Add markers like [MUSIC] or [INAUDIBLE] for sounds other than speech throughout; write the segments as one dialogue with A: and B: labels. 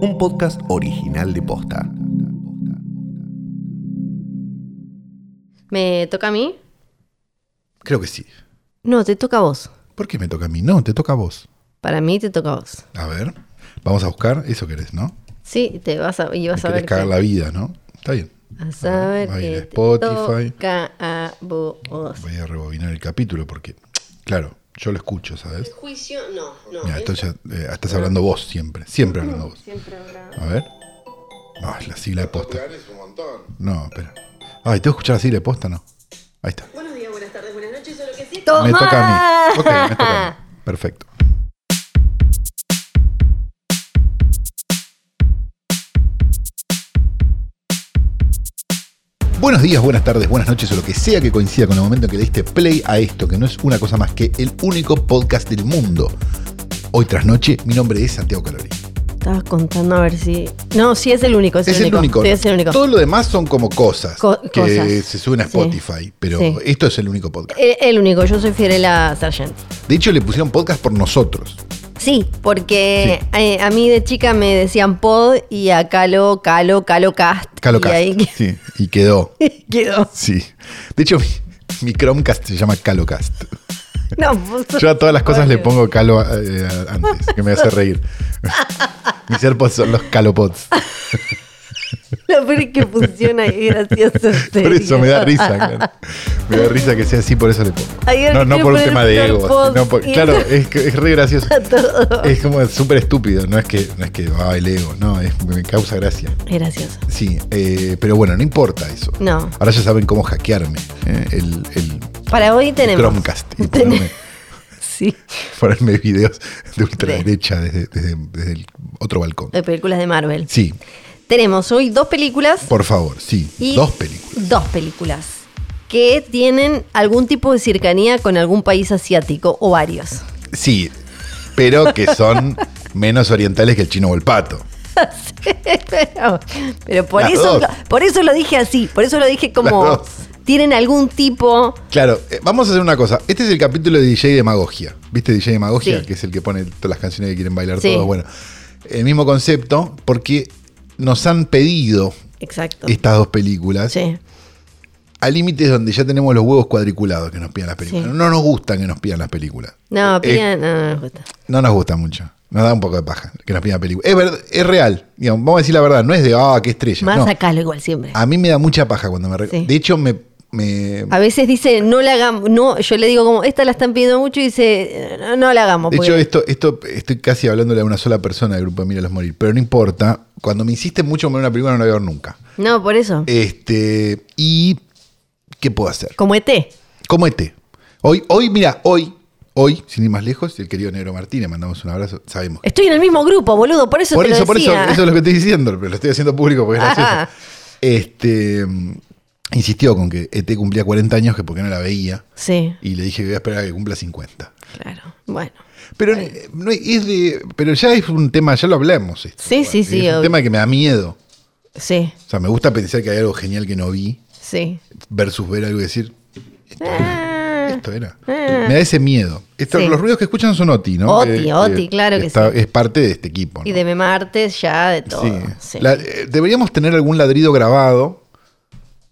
A: un podcast original de Posta.
B: ¿Me toca a mí?
C: Creo que sí.
B: No, te toca a vos.
C: ¿Por qué me toca a mí? No, te toca a vos.
B: Para mí te toca a vos.
C: A ver, vamos a buscar. Eso querés, ¿no?
B: Sí, te vas a, y vas
C: Me
B: a ver.
C: querés cagar
B: que-
C: la vida, ¿no? Está bien.
B: A saber
C: A ver,
B: que
C: ahí en
B: te
C: Spotify.
B: toca a vos.
C: Voy a rebobinar el capítulo porque, claro, yo lo escucho, ¿sabes?
B: Juicio, no, no.
C: Mira, esto ya, eh, estás hablando vos siempre. Siempre hablando vos. A ver. Ah, la sigla de posta. No, espera. Ah, Ay, ¿tengo que escuchar la sigla de posta? No. Ahí está.
B: Buenos días, buenas tardes, buenas noches, solo que sí.
C: Me toca a mí. Ok,
B: [LAUGHS]
C: me toca a mí. Perfecto. Buenos días, buenas tardes, buenas noches o lo que sea que coincida con el momento en que le diste play a esto, que no es una cosa más que el único podcast del mundo. Hoy tras noche, mi nombre es Santiago Calori.
B: Estabas contando a ver si. No, sí es el único, es,
C: Es el único.
B: Sí, es el único.
C: Todo lo demás son como cosas
B: Co-
C: que
B: cosas.
C: se suben a
B: Sí.
C: Spotify, pero
B: Sí.
C: esto es el único podcast.
B: El, el único, yo soy Fiorella Sargent.
C: De hecho, le pusieron podcast por nosotros.
B: Sí, porque
C: Sí.
B: eh, a mí de chica me decían pod y a Calo, Calo, Calo Cast.
C: Calocast.
B: Y ahí [LAUGHS]
C: Sí, y quedó.
B: quedó.
C: Sí. De hecho, mi, mi Chromecast se llama Calocast.
B: No, vos sos-
C: Yo a todas las cosas le
B: Bueno.
C: pongo calo eh, antes, que me hace reír. [LAUGHS] Mis AirPods son los calopods.
B: Ah, Lo peor es que funciona y es gracioso. en
C: [LAUGHS] Por eso
B: serio.
C: me da risa.
B: [LAUGHS]
C: claro. Me da risa que sea así, por eso le pongo.
B: Ayer
C: No, no
B: quiero
C: por un
B: poner
C: tema de ego.
B: AirPods
C: no por-
B: y-
C: claro, es, que- es re gracioso.
B: [LAUGHS] Todo.
C: Es como súper estúpido. No es que, no es que va el ego, no, es, me causa gracia.
B: Es gracioso.
C: Sí, eh, pero bueno, no importa eso.
B: No.
C: Ahora ya saben cómo hackearme eh, el, el
B: Para hoy tenemos.
C: Chromecast
B: [LAUGHS]
C: y
B: Ten-
C: ponerme-
B: Sí.
C: ponerme videos de ultraderecha desde, desde- desde el otro balcón.
B: De películas de Marvel.
C: Sí,
B: Tenemos hoy dos películas.
C: por favor, sí.
B: y
C: Dos películas.
B: Dos películas. Que tienen algún tipo de cercanía con algún país asiático o varios.
C: Sí, pero que
B: [LAUGHS]
C: son menos orientales que el chino o el pato.
B: pero, pero por
C: Las
B: eso,
C: dos.
B: lo- por eso lo dije así. Por eso lo dije
C: Las
B: como.
C: dos.
B: Tienen algún tipo.
C: Claro, eh, vamos a hacer una cosa. Este es el capítulo de DJ Demagogia. ¿Viste DJ Demagogia?
B: Sí.
C: Que es el que pone todas las canciones que quieren bailar
B: Sí.
C: todos. Bueno, el mismo concepto, porque nos han pedido
B: Exacto.
C: estas dos películas
B: Sí.
C: a límites donde ya tenemos los huevos cuadriculados que nos pidan las películas.
B: Sí.
C: No nos gustan que nos pidan las películas.
B: No,
C: Eh,
B: pidan. no, no, no, justo.
C: No nos gusta mucho. Nos da un poco de paja que nos pidan película. Es, verd- es real. Digamos, vamos a decir la verdad. No es de, ah, qué estrella.
B: Más
C: no.
B: sacalo igual siempre.
C: A mí me da mucha paja cuando me... re-
B: Sí.
C: De hecho, me... me-
B: A veces dice, no la hagamos, no, yo le digo como, esta la están pidiendo mucho y dice, no, no la hagamos.
C: de
B: porque
C: hecho, esto, esto estoy casi hablándole a una sola persona del grupo de Míralos Morir. Pero no importa. Cuando me insisten mucho en ver una película, no la veo nunca.
B: No, por eso.
C: Este... Y... ¿Qué puedo hacer?
B: como E ET.
C: Como ET. Hoy, hoy, mira, hoy, hoy, sin ir más lejos, el querido Negro Martínez, mandamos un abrazo. Sabemos.
B: Estoy en el mismo grupo, boludo, por eso
C: Por
B: te
C: eso,
B: lo
C: por eso,
B: decía.
C: eso es lo que estoy diciendo, pero lo estoy haciendo público porque es gracioso.
B: Ajá.
C: Este, mm, insistió con que ET cumplía 40 años, que porque no la veía,
B: Sí,
C: y le dije que voy a esperar a que cumpla 50.
B: claro. Bueno.
C: Pero, eh, no, es de, pero ya es un tema, ya lo hablamos. esto,
B: Sí, sí, sí,
C: Es un
B: obvio.
C: tema que me da miedo.
B: Sí,
C: O sea, me gusta pensar que hay algo genial que no vi,
B: sí.
C: versus ver algo y decir,
B: Ah,
C: Esto era.
B: Ah.
C: Me da ese miedo. Esto-
B: Sí.
C: Los ruidos que escuchan son Oti, ¿no?
B: Oti,
C: Eh,
B: Oti, claro que
C: está-
B: sí.
C: Es parte de este equipo.
B: y
C: ¿no?
B: de memartes ya, de todo.
C: Sí.
B: Sí.
C: La- eh, deberíamos tener algún ladrido grabado.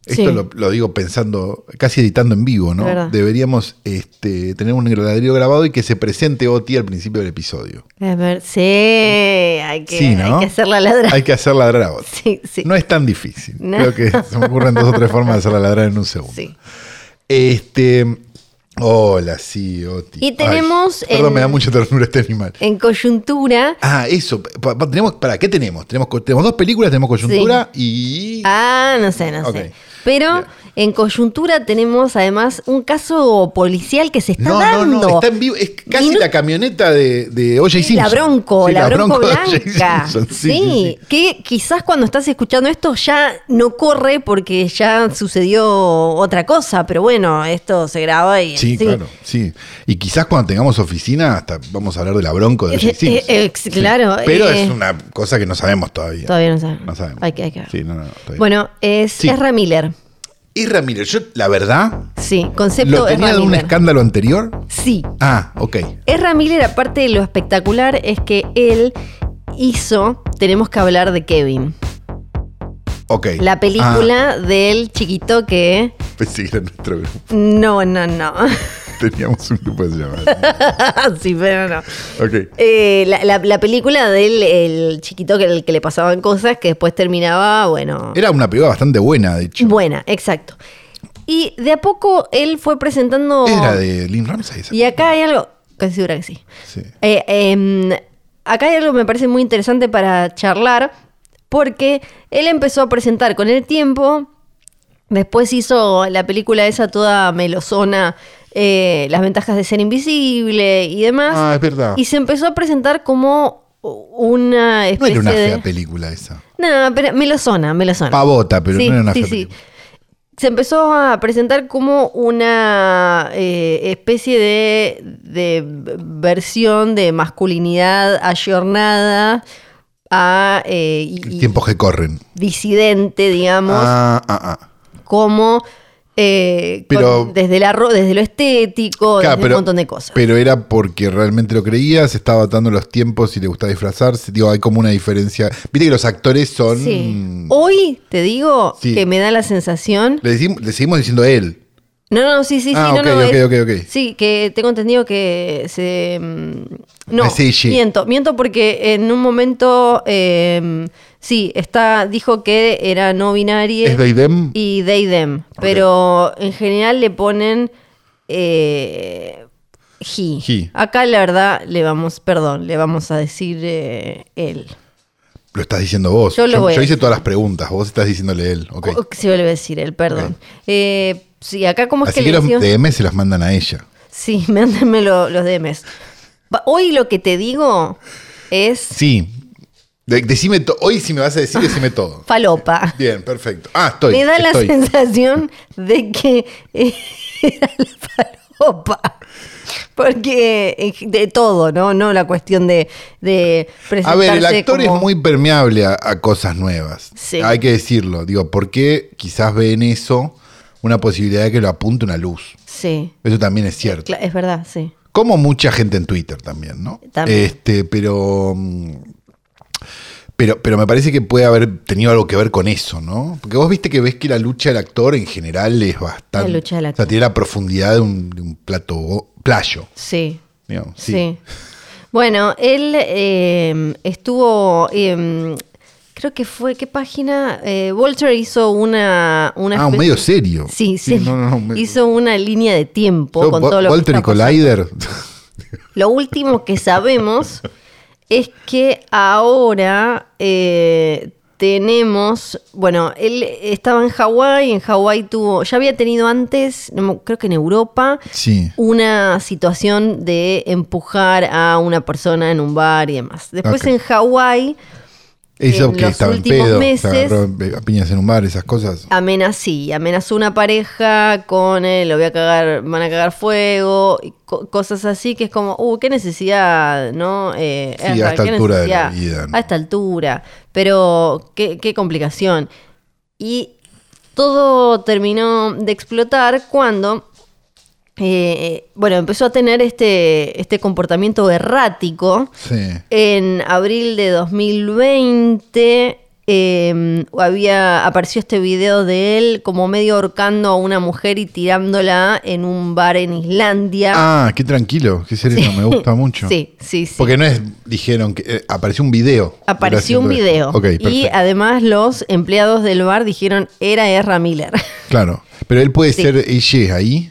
C: Esto
B: Sí.
C: lo, lo digo pensando, casi editando en vivo,
B: Es
C: ¿no?
B: verdad.
C: Deberíamos este, tener un ladrido grabado y que se presente Oti al principio del episodio.
B: A ver, sí, hay que,
C: Sí, ¿no?
B: hay que hacerla ladrar.
C: Hay que hacer ladrar a Oti.
B: [LAUGHS] Sí, [LAUGHS] sí.
C: No es tan difícil.
B: No.
C: Creo que se me ocurren dos o tres formas de hacerla ladrar en un segundo.
B: Sí.
C: Este. Hola, sí, Oti.
B: Y tenemos
C: Ay, perdón,
B: en-
C: me da mucha ternura este animal.
B: En coyuntura,
C: Ah, eso. pa- pa- Tenemos, ¿Para qué tenemos? Tenemos, co- tenemos dos películas, tenemos coyuntura y.
B: Ah, no sé, no
C: Ok.
B: sé. Pero
C: Bien.
B: en coyuntura tenemos además un caso policial que se está
C: no, no,
B: dando.
C: no, está en vivo. Es casi
B: Minu-
C: la camioneta de, de OJ Simpson.
B: La bronco,
C: Sí,
B: la, bronco,
C: [LAUGHS] de O.J.
B: blanca.
C: Simpson,
B: Sí, que quizás cuando estás escuchando esto ya no corre porque ya sucedió otra cosa, pero bueno, esto se graba y...
C: Sí, claro, sí. Y quizás cuando tengamos oficina, hasta vamos a hablar de la bronco de O.J.
B: Eh,
C: Simpson.
B: eh, eh,
C: Sí.
B: claro,
C: Pero
B: eh.
C: es una cosa que no sabemos todavía.
B: Todavía no sabemos.
C: No sabemos.
B: Hay que- hay que ver.
C: Sí, no, no, no, todavía.
B: Bueno, es
C: Sí.
B: Ezra Miller.
C: Isra Miller, yo, la verdad,
B: Sí, concepto
C: lo tenía
B: Ezra
C: de un
B: Miller.
C: escándalo anterior.
B: Sí,
C: Ah, ok.
B: Ezra Miller, aparte de lo espectacular, es que él hizo tenemos que hablar de Kevin.
C: Ok.
B: La película del chiquito que.
C: Ah, pensé que era nuestro grupo. [LAUGHS]
B: No, no, no. [LAUGHS]
C: Teníamos un grupo que se llamaba. así.
B: sí, pero no.
C: Ok.
B: Eh, la, la- la película del el chiquito que, el que le pasaban cosas que después terminaba, bueno.
C: Era una película bastante buena, de hecho.
B: Buena, exacto. Y de a poco él fue presentando.
C: Era de Lynn Ramsey. esa.
B: Y acá hay algo. Casi segura que sí.
C: Sí.
B: Eh, em, acá hay algo que me parece muy interesante para charlar, porque él empezó a presentar con el tiempo, después hizo la película esa toda melosona, eh, las ventajas de ser invisible y demás,
D: Ah, es verdad.
B: y se empezó a presentar como una
C: No
B: especie
C: era una
B: de...
C: fea película esa.
B: No, pero melosona, melosona.
C: Pavota, pero
B: Sí,
C: no era una
B: sí,
C: fea
B: sí.
C: película.
B: Se empezó a presentar como una eh, especie de, de versión de masculinidad ayornada a eh, y- y
C: Tiempos que corren.
B: disidente, digamos,
D: Ah, ah, ah.
B: como eh, con-
C: Pero-
B: desde, la, ro- desde lo estético,
C: Claro,
B: desde un montón de cosas.
C: Pero era porque realmente lo creía, se estaba atando los tiempos y le gustaba disfrazarse. Digo, hay como una diferencia. Viste que los actores son.
B: Sí. Hoy te digo
C: Sí.
B: que me da la sensación
C: Le, decim- le seguimos diciendo él.
B: No, no, sí, sí, sí,
C: Ah,
B: no,
C: ok,
B: no.
C: ok,
B: es-
C: ok, ok.
B: Sí, que tengo entendido que se. mm, No,
C: Ah, sí, sí.
B: miento, miento porque en un momento. eh, sí, está, dijo que era no binaria
D: ¿Es de Idem?
B: y they them. Pero en general le ponen. eh, he.
C: He.
B: Acá la verdad le vamos, perdón, le vamos a decir eh, él.
C: Lo estás diciendo vos.
B: Yo lo voy a
C: hice
B: decir.
C: todas las preguntas, vos estás diciéndole él. ok.
B: O- Se vuelve a decir él, perdón. Eh, sí, acá como es
C: Así que,
B: le
C: los
B: decimos?
C: DM se las mandan a ella.
B: Sí, [LAUGHS] mándenme lo- los DMs. Pa- Hoy lo que te digo es
C: Sí. De- decime to- Hoy si me vas a decir, decime todo.
B: falopa.
C: Bien, perfecto. Ah, estoy.
B: Me da
C: estoy.
B: la sensación de que [LAUGHS] eh, era la falopa. Porque eh, de todo, ¿no? No la cuestión de, de
C: A
B: presentarse
C: ver, el actor
B: como-
C: es muy permeable a, a cosas nuevas.
B: Sí.
C: Hay que decirlo. Digo, porque quizás ve en eso una posibilidad de que lo apunte una luz.
B: Sí,
C: Eso también es cierto.
B: cla- es verdad, sí.
C: Como mucha gente en Twitter también, ¿no?
B: También.
C: Este, pero. mm, Pero, pero me parece que puede haber tenido algo que ver con eso, ¿no? Porque vos viste que ves que la lucha del actor en general es bastante.
B: La lucha del
C: O sea,
B: actor.
C: tiene la profundidad de un, de un plato, playo,
B: Sí,
C: digamos.
B: Sí.
C: Sí.
B: Bueno, él eh, estuvo. eh, creo que fue. ¿Qué página? Eh, Walter hizo una. una
C: Ah, un
B: especie-
C: medio serio.
B: Sí,
C: Sí,
B: sí.
C: no, no, no, me-
B: Hizo una línea de tiempo
C: Yo,
B: con
C: Wa-
B: todo lo que
C: Walter
B: está
C: y Collider. [LAUGHS]
B: pasando. Lo último que sabemos es que ahora eh, tenemos. Bueno, él estaba en Hawái. En Hawái tuvo. Ya había tenido antes, no me- creo que en Europa
C: Sí.
B: una situación de empujar a una persona en un bar y demás. Después
C: Ok.
B: en Hawái
C: Eso
B: en
C: que
B: los
C: estaba en
B: últimos
C: pedo,
B: meses-
C: se agarró eh, a piñas en un bar, esas cosas.
B: amenazí, amenazó una pareja con él, lo voy a cagar, van a cagar fuego, y co- cosas así que es como, uh, qué necesidad, ¿no? Eh,
C: Sí, a esta
B: ¿qué
C: altura de la
B: necesidad?
C: vida, ¿no?
B: A esta altura, pero qué, qué complicación. Y todo terminó de explotar cuando eh, bueno, empezó a tener este, este comportamiento errático.
C: Sí.
B: En abril de 2020 eh, había, apareció este video de él como medio ahorcando a una mujer y tirándola en un bar en Islandia.
C: Ah, qué tranquilo, qué serio, me gusta mucho.
B: Sí, sí, sí.
C: Porque no es, dijeron que eh, apareció un video.
B: Apareció un
C: Gracias por-
B: video.
C: Ok, perfecto.
B: y además los empleados del bar dijeron era Erra Miller.
C: Claro. Pero él puede
B: Sí.
C: ser ella ahí.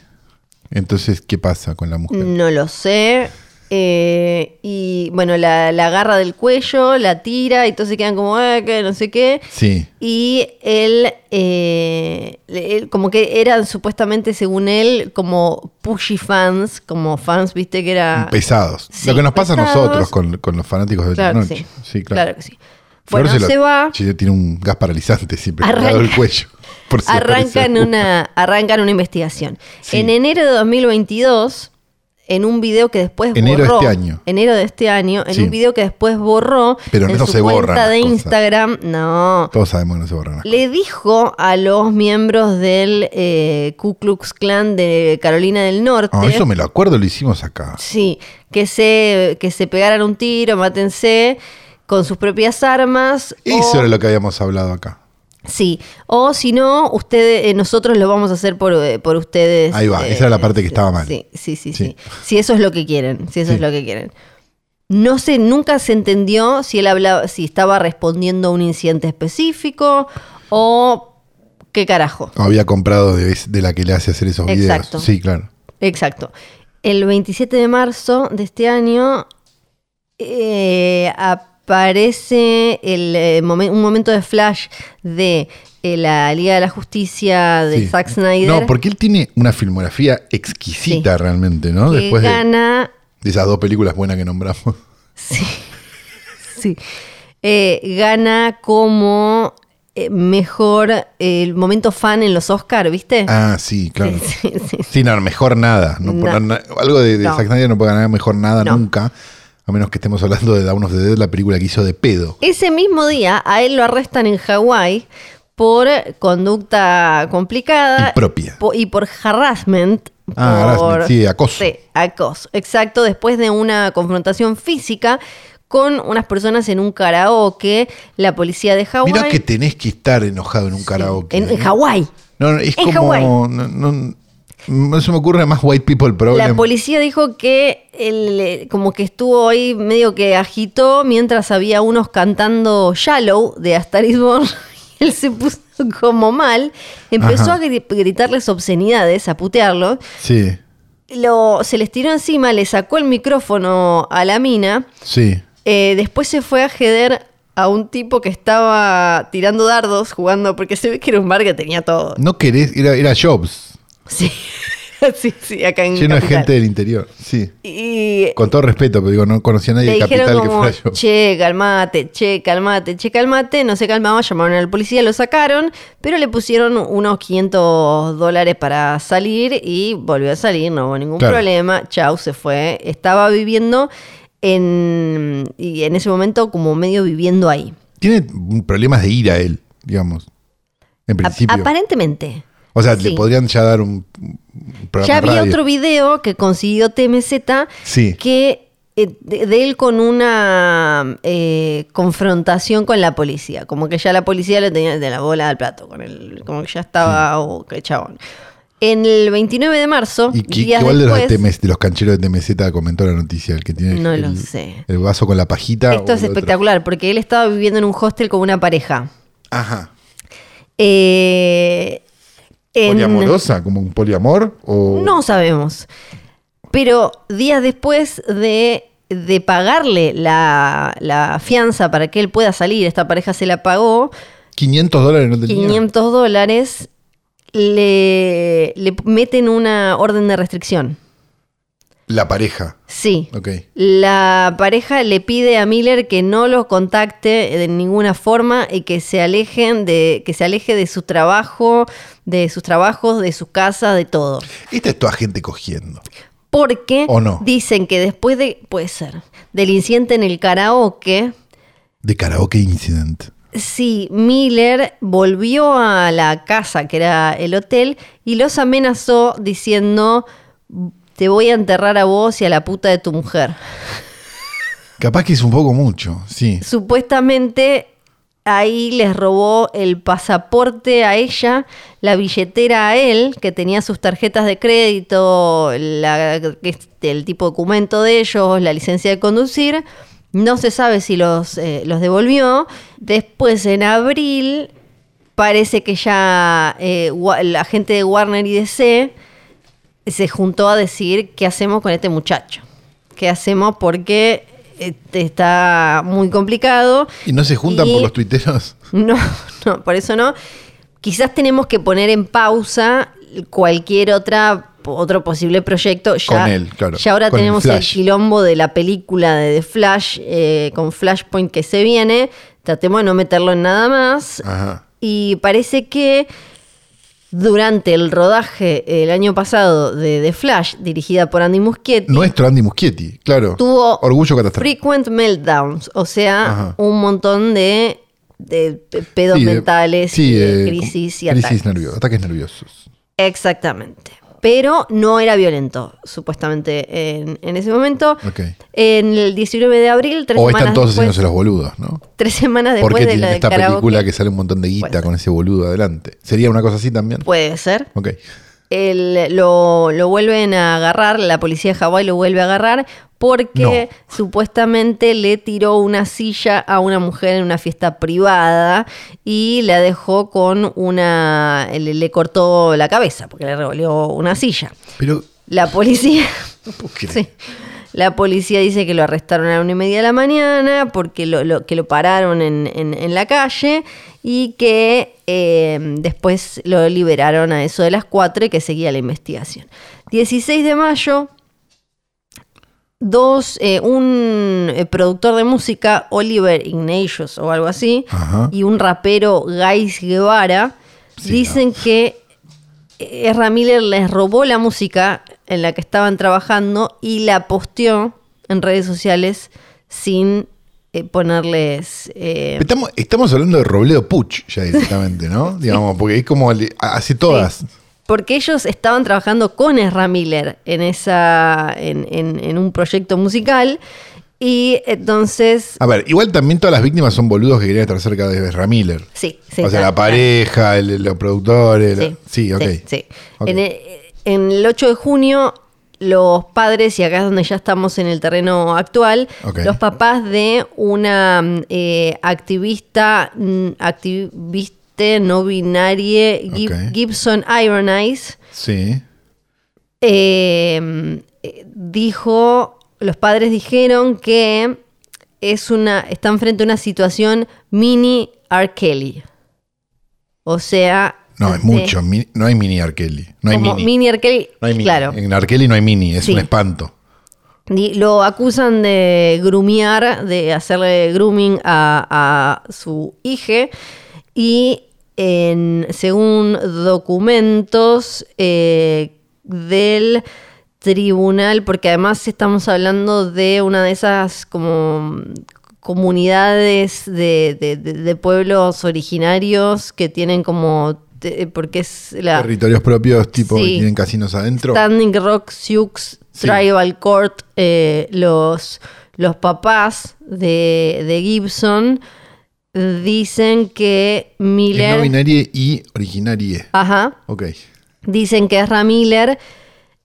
C: Entonces, ¿qué pasa con la mujer?
B: [LAUGHS] No lo sé. Eh, y bueno, la, la agarra del cuello, la tira y todos se quedan como, "Ah, que no sé qué.
C: Sí.
B: Y él, eh, él- como que eran supuestamente, según él, como pushy fans, como fans, viste que era...
C: Pesados.
B: Ah. Sí,
C: Lo que nos pasa a
B: pesados.
C: nosotros con, con los fanáticos de
B: Claro
C: la
B: que
C: noche.
B: sí.
C: Sí,
B: claro.
C: claro.
B: que sí.
C: Flor
B: Bueno, se,
C: lo-
B: va,
C: sí, tiene un gas paralizante siempre
B: Arranca-
C: pegado al cuello. por si aparece
B: arrancan
C: alguna.
B: una, arrancan una investigación.
C: Sí.
B: En enero de 2022, en un video que después
C: Enero de
B: borró...
C: este año.
B: Enero de este año, en
C: Sí.
B: un video que después borró...
C: Pero
B: en
C: no
B: su
C: se borran
B: cuenta
C: las
B: de
C: cosas.
B: Instagram, no...
C: Todos sabemos que no se borran. las cosas.
B: Le dijo a los miembros del eh, Ku Klux Klan de Carolina del Norte.
C: Ah, eso me lo acuerdo, lo hicimos acá.
B: Sí, que se, que se pegaran un tiro, mátense. con sus propias armas. o-
C: Eso era lo que habíamos hablado acá.
B: Sí, o si no, ustedes, eh, nosotros lo vamos a hacer por, eh, por ustedes.
C: Ahí va,
B: eh,
C: esa era la parte que estaba mal.
B: Sí, sí, sí,
C: Sí.
B: sí. Si eso es lo que quieren, si eso
C: Sí.
B: es lo que quieren. No sé, nunca se entendió si él hablaba, si estaba respondiendo a un incidente específico o qué carajo.
C: Había comprado de, de la que le hace hacer esos videos.
B: Exacto.
C: Sí, claro.
B: Exacto. El 27 de marzo de este año eh, aparece el, eh, momen- un momento de flash de eh, la Liga de la Justicia de
C: Sí.
B: Zack Snyder.
C: No, porque él tiene una filmografía exquisita
B: Sí.
C: realmente, ¿no?
B: que
C: Después de,
B: gana.
C: de esas dos películas buenas
B: [LAUGHS]
C: que nombramos.
B: Sí. sí. Eh, gana como eh, mejor eh, el momento fan en los Oscars, ¿viste?
C: Ah, sí, claro.
B: [LAUGHS] Sí, sí, sí.
C: Sí, no, mejor nada. No
B: No.
C: podrá na- algo de, de
B: No.
C: Zack Snyder no puede ganar mejor nada
B: No.
C: nunca. A menos que estemos hablando de Dawn of the Dead, la película que hizo de pedo.
B: Ese mismo día a él lo arrestan en Hawái por conducta complicada
C: Impropia.
B: po- y por harassment.
C: Ah, harassment, sí, acoso.
B: Sí, acoso, exacto. Después de una confrontación física con unas personas en un karaoke, la policía de Hawái.
C: Mirá que tenés que estar enojado en un karaoke. ¿eh?
B: En, en
C: ¿no?
B: Hawái.
C: No, no, es
B: en Hawái.
C: como. No, no- no se me ocurre más white people problem.
B: La policía dijo que él, eh, como que estuvo ahí medio que agitó mientras había unos cantando Shallow de A Star is Born. [LAUGHS] Él se puso como mal, empezó
C: Ajá.
B: a gri- gritarles obscenidades, a putearlo.
C: Sí,
B: Lo, se les tiró encima, le sacó el micrófono a la mina.
C: sí.
B: Eh, después se fue a jeder a un tipo que estaba tirando dardos, jugando, porque se ve que era un bar que tenía todo. [LAUGHS]
C: No querés. Era, era Jobs.
B: Sí, sí, sí, acá en
C: Lleno de
B: Mm, Capital.
C: gente del interior. Sí.
B: Y
C: Con todo respeto, pero digo, no conocía a nadie
B: Le
C: de
B: dijeron
C: capital que
B: como,
C: fuera Jobs.
B: che, calmate, che, calmate, che, calmate. No se calmaba, llamaron al policía, lo sacaron, pero le pusieron unos 500 dólares para salir y volvió a salir, no hubo ningún
C: Claro.
B: problema. Chau, se fue. Estaba viviendo en... y en ese momento como medio viviendo ahí.
C: Tiene problemas de ira él, digamos. En
B: A-
C: principio.
B: aparentemente.
C: O sea,
B: Sí.
C: le podrían ya dar un, un programa
B: Ya
C: de
B: había
C: radio.
B: otro video que consiguió TMZ
C: Sí.
B: que eh, de, de él con una eh, confrontación con la policía. Como que ya la policía lo tenía de la bola al plato, con el, como que ya estaba, oh, qué chabón. En el 29 de marzo,
C: ¿Y qué,
B: días
C: cuál de los, de,
B: después,
C: TMZ de los cancheros de TMZ comentó la noticia? El que tiene
B: No
C: el,
B: lo sé.
C: el vaso con la pajita.
B: esto
C: o
B: es
C: el otro.
B: espectacular, porque él estaba viviendo en un hostel con una pareja.
C: Ajá.
B: Eh, en-
C: ¿Poliamorosa? ¿Como un poliamor? O...
B: No sabemos. Pero días después de, de pagarle la, la fianza para que él pueda salir, esta pareja se la pagó,
C: 500 dólares no tenía.
B: 500 dólares, le, le meten una orden de restricción.
C: La pareja.
B: Sí.
C: Ok.
B: La pareja le pide a Miller que no los contacte de ninguna forma y que se alejen de que se aleje de su trabajo, de sus trabajos, de su casa, de todo.
C: Esta es toda gente cogiendo.
B: Porque
C: ¿O no?
B: dicen que después de, puede ser, del incidente en el karaoke,
C: De karaoke incident.
B: sí, Miller volvió a la casa, que era el hotel, y los amenazó diciendo, te voy a enterrar a vos y a la puta de tu mujer.
C: Capaz que es un poco mucho, sí.
B: Supuestamente ahí les robó el pasaporte a ella, la billetera a él, que tenía sus tarjetas de crédito, la- este, el tipo de documento de ellos, la licencia de conducir. No se sabe si los, eh, los devolvió. Después, en abril, parece que ya eh, Wa- la gente de Warner y DC se juntó a decir qué hacemos con este muchacho. ¿Qué hacemos? Porque este, está muy complicado.
C: Y no se juntan
B: Y-
C: por los tuiteros.
B: No, [LAUGHS] no, por eso no. Quizás tenemos que poner en pausa cualquier otra otro posible proyecto. Ya,
C: Con él, claro,
B: Ya ahora
C: con el
B: tenemos el,
C: Flash.
B: quilombo de la película de The Flash eh, con Flashpoint que se viene. Tratemos de no meterlo en nada más.
C: Ajá.
B: Y parece que durante el rodaje el año pasado de The Flash, dirigida por Andy Muschietti,
C: Nuestro Andy Muschietti, claro.
B: tuvo
C: Orgullo catastrófico.
B: frequent meltdowns, o sea,
C: Ajá.
B: un montón de, de pe-
C: eh,
B: pedos mentales, y de eh, crisis y ataques.
C: nerviosos, ataques nerviosos.
B: Exactamente. pero no era violento, supuestamente, en, en ese momento.
C: Ok.
B: En el 19 de abril, tres
C: O
B: semanas
C: están todos
B: después,
C: haciéndose los boludos, ¿no?
B: tres semanas
C: Porque
B: después de la
C: tienen
B: de
C: esta
B: karaoke.
C: película que sale un montón de guita
B: Puede
C: con ese boludo adelante. ¿Sería una cosa así también?
B: Puede ser.
C: Ok.
B: El- lo, lo vuelven a agarrar, la policía de Hawái lo vuelve a agarrar porque supuestamente le tiró una silla a una mujer en una fiesta privada y la dejó con una... le, le cortó la cabeza porque le revolvió una silla.
C: Pero,
B: La policía...
C: ¿por qué?
B: Sí. La policía dice que lo arrestaron a la una y media de la mañana porque lo, lo- que lo pararon en, en- en la calle y que eh, después lo liberaron a eso de las 4 y que seguía la investigación. 16 de mayo, dos, eh, un eh, productor de música, Oliver Ignatius o algo así,
C: Ajá.
B: y un rapero, Gais Guevara,
C: Sí,
B: dicen que Ezra Miller les robó la música en la que estaban trabajando y la posteó en redes sociales sin eh, ponerles... eh,
C: Estamos, estamos hablando de Robledo Puch ya
B: [LAUGHS]
C: directamente, ¿no? Digamos, porque es como le- hace todas.
B: porque ellos estaban trabajando con Ezra Miller en, esa, en, en- en un proyecto musical y entonces...
C: A ver, igual también todas las víctimas son boludos que querían estar cerca de Ezra Miller.
B: Sí, sí,
C: o sea, la
B: claro, claro.
C: pareja, el- los productores. la- Sí, ok.
B: Sí, sí.
C: Ok.
B: En, el, en el 8 de junio, los padres, y acá es donde ya estamos en el terreno actual,
C: Ok.
B: los papás de una mm, eh, activista, mm, activista no binaria, Gib-
C: Ok.
B: Gibson Iron Eyes,
C: Sí.
B: eh, eh, dijo, los padres dijeron que es una, están frente a una situación mini R. Kelly. O sea...
C: No, es
B: ante-
C: mucho. mi- no hay mini Arkeli. No hay
B: como
C: mini.
B: mini R. Kelly,
C: No hay mini.
B: claro.
C: En Arkeli no hay mini, es
B: Sí.
C: un espanto.
B: Di- Lo acusan de grumiar, de hacerle grooming a, a su hija. Y en, según documentos eh, del tribunal, porque además estamos hablando de una de esas como comunidades de, de- de- de pueblos originarios que tienen como... te- porque es la...
C: Territorios propios, tipo,
B: Sí.
C: que tienen casinos adentro.
B: Standing Rock Sioux
C: Sí.
B: Tribal Court, eh, los, los papás de, de Gibson dicen que
C: Es no
B: Miller.
C: binarie y originarie.
B: ajá.
C: Ok.
B: Dicen que Ezra Miller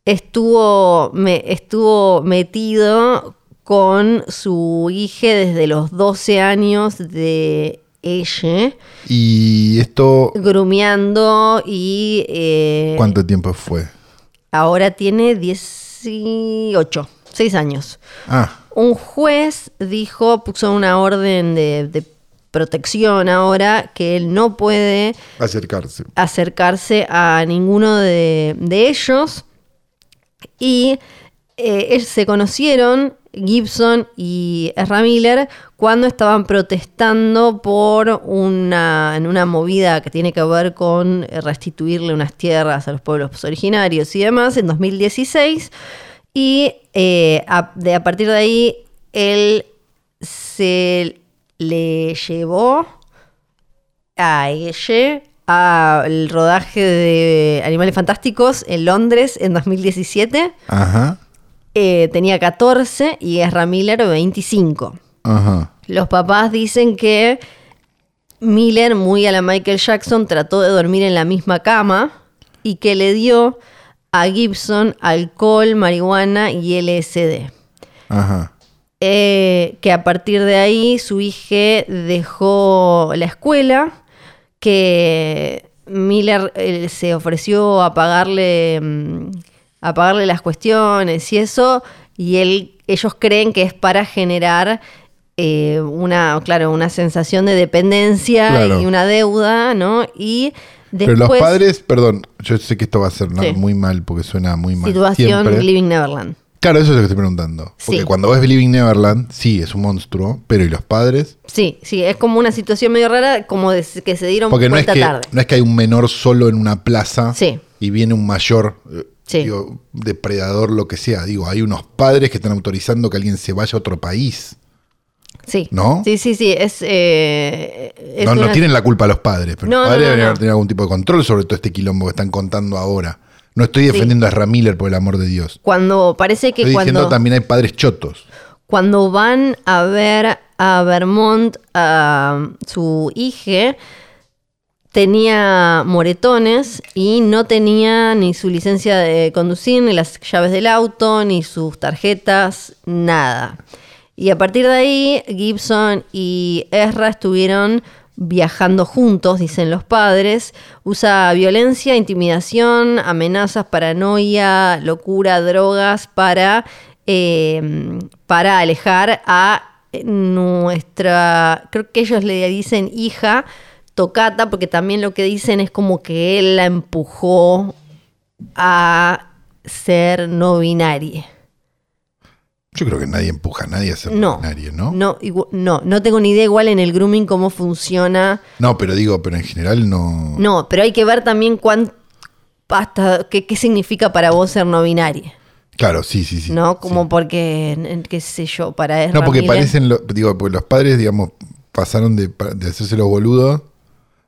B: estuvo, me, estuvo metido con su hija desde los 12 años de ella,
C: ¿Y esto
B: grumeando y eh,
C: cuánto tiempo fue?
B: ahora tiene 18, 6 años.
C: Ah,
B: Un juez dijo, puso una orden de, de protección ahora, que él no puede
C: acercarse.
B: acercarse a ninguno de, de ellos. Y eh, ellos se conocieron, Gibson y Ezra Miller, cuando estaban protestando por una, en una movida que tiene que ver con eh, restituirle unas tierras a los pueblos originarios y demás, en 2016. Y eh, a, de- a partir de ahí, él se le llevó a ella al rodaje de Animales Fantásticos en Londres en 2017.
C: Ajá,
B: Eh, tenía 14 y Ezra Miller 25.
C: ajá.
B: Los papás dicen que Miller, muy a la Michael Jackson, trató de dormir en la misma cama y que le dio a Gibson alcohol, marihuana y LSD.
C: Ajá.
B: Eh, que a partir de ahí su hija dejó la escuela, que Miller eh, se ofreció a pagarle, mm, a pagarle las cuestiones y eso, y él, ellos creen que es para generar eh, una, claro, una sensación de dependencia
C: Claro.
B: y una deuda, ¿no? Y
C: Pero
B: después,
C: los padres, perdón, yo sé que esto va a ser ¿no?
B: Sí.
C: muy mal porque suena muy mal.
B: situación
C: siempre.
B: Living Neverland.
C: Claro, eso es lo que estoy preguntando. Porque
B: Sí.
C: cuando ves Living Neverland, sí, es un monstruo, pero ¿y los padres?
B: Sí, sí, es como una situación medio rara, como de- que se dieron
C: Porque no es,
B: cuenta
C: que,
B: tarde.
C: no es que hay un menor solo en una plaza
B: Sí.
C: y viene un mayor, eh,
B: Sí.
C: digo, depredador, lo que sea. Digo, hay unos padres que están autorizando que alguien se vaya a otro país.
B: Sí.
C: ¿No?
B: Sí, sí, sí. Es, eh, es
C: no, no
B: una-
C: tienen la culpa los padres, pero
B: No,
C: los
B: no,
C: padres
B: no,
C: deberían
B: no.
C: haber tenido algún tipo de control sobre todo este quilombo que están contando ahora. No No estoy
B: Sí.
C: defendiendo a Ramiller por el amor de Dios.
B: Cuando parece que
C: Estoy diciendo
B: cuando,
C: también hay padres chotos.
B: cuando van a ver a Vermont, a su hija, tenía moretones y no tenía ni su licencia de conducir, ni las llaves del auto, ni sus tarjetas, nada. Y a partir de ahí, Gibson y Ezra estuvieron viajando juntos, dicen los padres. Usa violencia, intimidación, amenazas, paranoia, locura, drogas para, eh, para alejar a nuestra, creo que ellos le dicen hija, Tocata, porque también lo que dicen es como que él la empujó a ser no binaria.
C: Yo creo que nadie empuja a nadie a ser
B: No,
C: nadie, ¿no?
B: No, igu- no, no tengo ni idea igual en el grooming cómo funciona.
C: No, pero digo, pero en general no.
B: No, pero hay que ver también cuán, hasta qué, qué significa para vos ser no binaria,
C: Claro, sí, sí, sí.
B: ¿no? Como
C: sí.
B: porque, en- en- qué sé yo, para Ezra
C: No, porque
B: Miller-
C: parecen, lo- digo, porque los padres, digamos, pasaron de, pa- de hacerse los boludos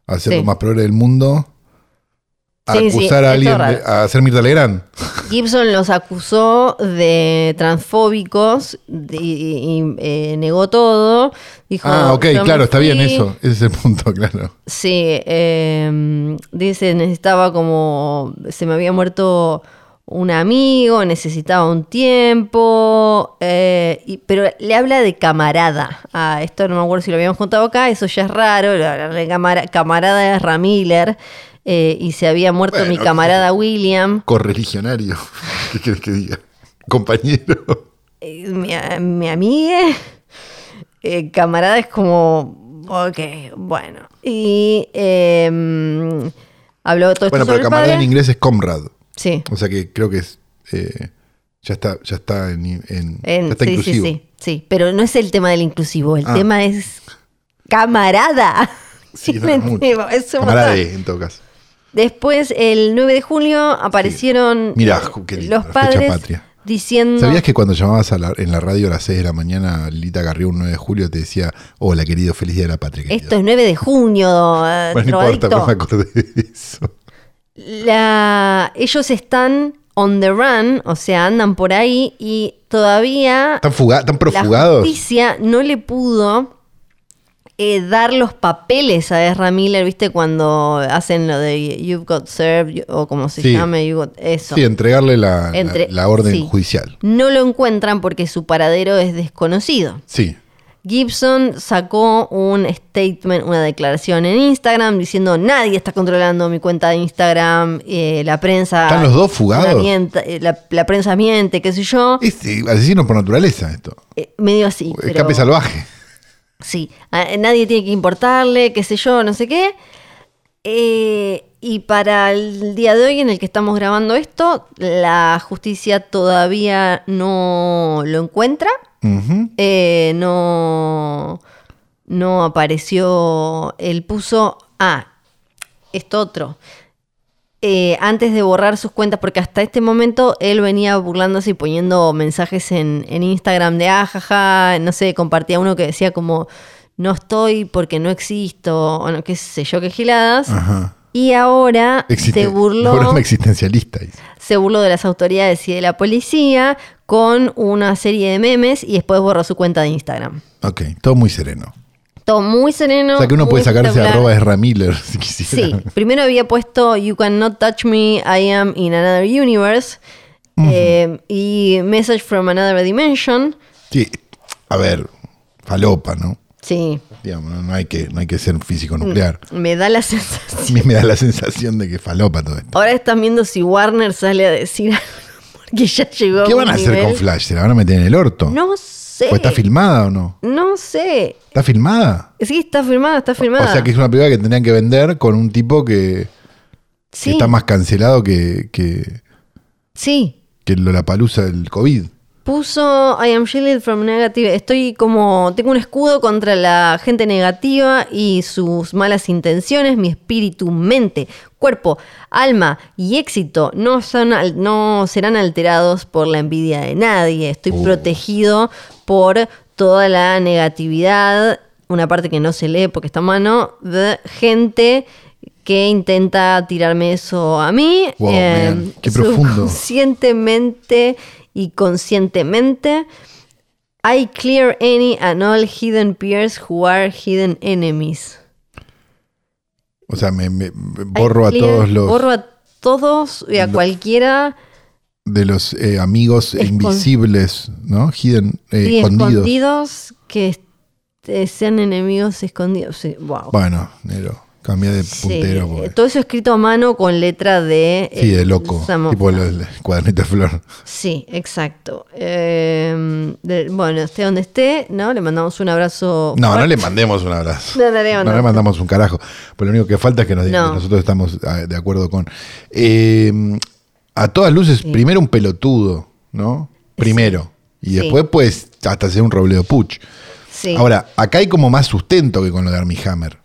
C: a ser
B: Sí.
C: los más progres del mundo a
B: Sí, sí,
C: acusar a
B: esto es
C: alguien, de- a hacer Mirta Legrand.
B: Gibson los acusó de transfóbicos de- y, y, eh, negó todo. Dijo,
C: Ah, ok,
B: "Yo me
C: claro, está bien
B: fui".
C: eso. Ese es el punto, [LAUGHS] claro.
B: Sí, eh, dice, necesitaba como, se me había muerto un amigo, necesitaba un tiempo, eh, y- pero le habla de camarada. Ah, esto no me acuerdo si lo habíamos contado acá, eso ya es raro, le habla de camara- camarada es Ramiller, eh, y se había muerto
C: Bueno,
B: mi camarada
C: [LAUGHS]
B: William.
C: Correligionario. [LAUGHS] ¿Qué querés que diga? Compañero.
B: eh, mi, a- mi amigue, eh, camarada es como, ok, bueno. Y em, habló todo esto
C: Bueno,
B: sobre
C: pero
B: el
C: camarada
B: padre.
C: en inglés es comrade.
B: Sí,
C: O sea que creo que es. eh, ya está, ya está en, en-
B: en-
C: ya está
B: sí,
C: inclusivo.
B: sí, sí, sí. Pero no es el tema del inclusivo, el
C: Ah.
B: tema es camarada. [LAUGHS]
C: Sí, no,
B: Me
C: mucho.
B: entiendo, es un montón.
C: Camarade, en todo caso.
B: Después, el 9 de julio, aparecieron
C: Mirá,
B: eh,
C: qué lindo,
B: los
C: la fecha
B: padres
C: patria.
B: diciendo...
C: ¿Sabías que cuando llamabas a la- en la radio a las 6 de la mañana, Lita Carrió un 9 de julio te decía, hola querido, feliz día de la patria? querido"?
B: Esto es 9 de junio, eh,
C: bueno, no
B: drogadicto.
C: importa, pues, pero me acordé de eso.
B: La- ellos están on the run, o sea, andan por ahí y todavía
C: ¿Tan, fuga- tan
B: la
C: profugados?
B: justicia no le pudo eh, dar los papeles a Ezra Miller, ¿viste? Cuando hacen lo de You've Got Served you- o como se
C: Sí.
B: llame, you got- eso.
C: Sí, entregarle la, la-
B: Entre-
C: la orden
B: sí.
C: judicial.
B: No lo encuentran porque su paradero es desconocido.
C: Sí.
B: Gibson sacó un statement, una declaración en Instagram diciendo nadie está controlando mi cuenta de Instagram, eh, la prensa...
C: ¿Están los dos fugados?
B: mienta- eh, La, la prensa miente, qué sé yo.
C: Es eh, asesino por naturaleza esto.
B: Eh, medio así. pero-
C: Escape salvaje.
B: Sí, a- nadie tiene que importarle, qué sé yo, no sé qué. Eh, y para el día de hoy en el que estamos grabando esto, la justicia todavía no lo encuentra.
C: Ujú.
B: Eh, no, no apareció. Él puso. Ah, esto otro. Eh, antes de borrar sus cuentas, porque hasta este momento él venía burlándose y poniendo mensajes en, en Instagram de ajaja, no sé, compartía uno que decía como no estoy porque no existo, o no, qué sé yo, qué giladas.
C: Ajá.
B: Y ahora
C: Ah. Existe-
B: se burló
C: [LAUGHS] Un programa existencialista. dice.
B: se burló de las autoridades y de la policía con una serie de memes y después borró su cuenta de Instagram.
C: Ok, todo muy sereno.
B: Todo muy sereno.
C: o sea que uno
B: muy
C: puede sacarse
B: tablar.
C: arroba Ezra Miller [LAUGHS] si quisiera.
B: Sí, primero había puesto You cannot touch me, I am in another universe eh, y Message from another dimension.
C: Sí, a ver, falopa, ¿no?
B: Sí,
C: Digamos, no, no hay que, no hay que ser físico nuclear.
B: me da la [LAUGHS] sensación.
C: A mí me da la sensación de que falopa todo esto.
B: Ahora están viendo si Warner sale a decir algo [LAUGHS] porque ya llegó.
C: ¿Qué
B: un
C: van a hacer
B: nivel-
C: con Flash? ¿Se la van a meter en el orto?
B: No sé.
C: ¿O está filmada o no?
B: No sé.
C: ¿Está filmada?
B: Sí, está firmada, está firmada.
C: O sea que es una película que tendrían que vender con un tipo que, que
B: sí,
C: está más cancelado que, que,
B: sí.
C: que Lollapalooza del COVID.
B: Puso I am shielded from negative. Estoy como. Tengo un escudo contra la gente negativa y sus malas intenciones. Mi espíritu, mente, cuerpo, alma y éxito no, son al- no serán alterados por la envidia de nadie. Estoy
C: Uh.
B: protegido por toda la negatividad. Una parte que no se lee porque está a mano. De gente que intenta tirarme eso a mí. eh,
C: Wow, man,
B: [LAUGHS]
C: qué profundo.
B: Conscientemente y conscientemente. I clear any and all hidden peers who are hidden enemies.
C: O sea, me, me- me
B: I
C: borro a
B: clear-
C: todos los
B: Borro a todos y a
C: Lo-
B: cualquiera
C: de los eh, amigos
B: Escon-
C: invisibles, ¿no? Hidden, eh,
B: y
C: escondidos.
B: escondidos que este, sean enemigos escondidos. Sí, wow.
C: Bueno, Nero, cambié de
B: Sí,
C: puntero.
B: eh,
C: porque-
B: todo eso escrito a mano con letra de.
C: Sí,
B: eh,
C: de loco.
B: Samo-
C: Tipo el, el cuadernito de flor.
B: Sí, exacto. Eh, de- bueno, esté donde esté, ¿no? Le mandamos un abrazo.
C: No, no le mandemos un abrazo.
B: No, no le mandamos.
C: mandamos un carajo. Pero lo único que falta es que nos digan
B: No.
C: que nosotros estamos ah, de acuerdo con. Eh, a todas luces, primero un pelotudo, ¿no? Primero. Y
B: Sí.
C: después, pues, hasta hacer un Robledo Puch.
B: Sí.
C: Ahora, acá hay como más sustento que con lo de Armie Hammer.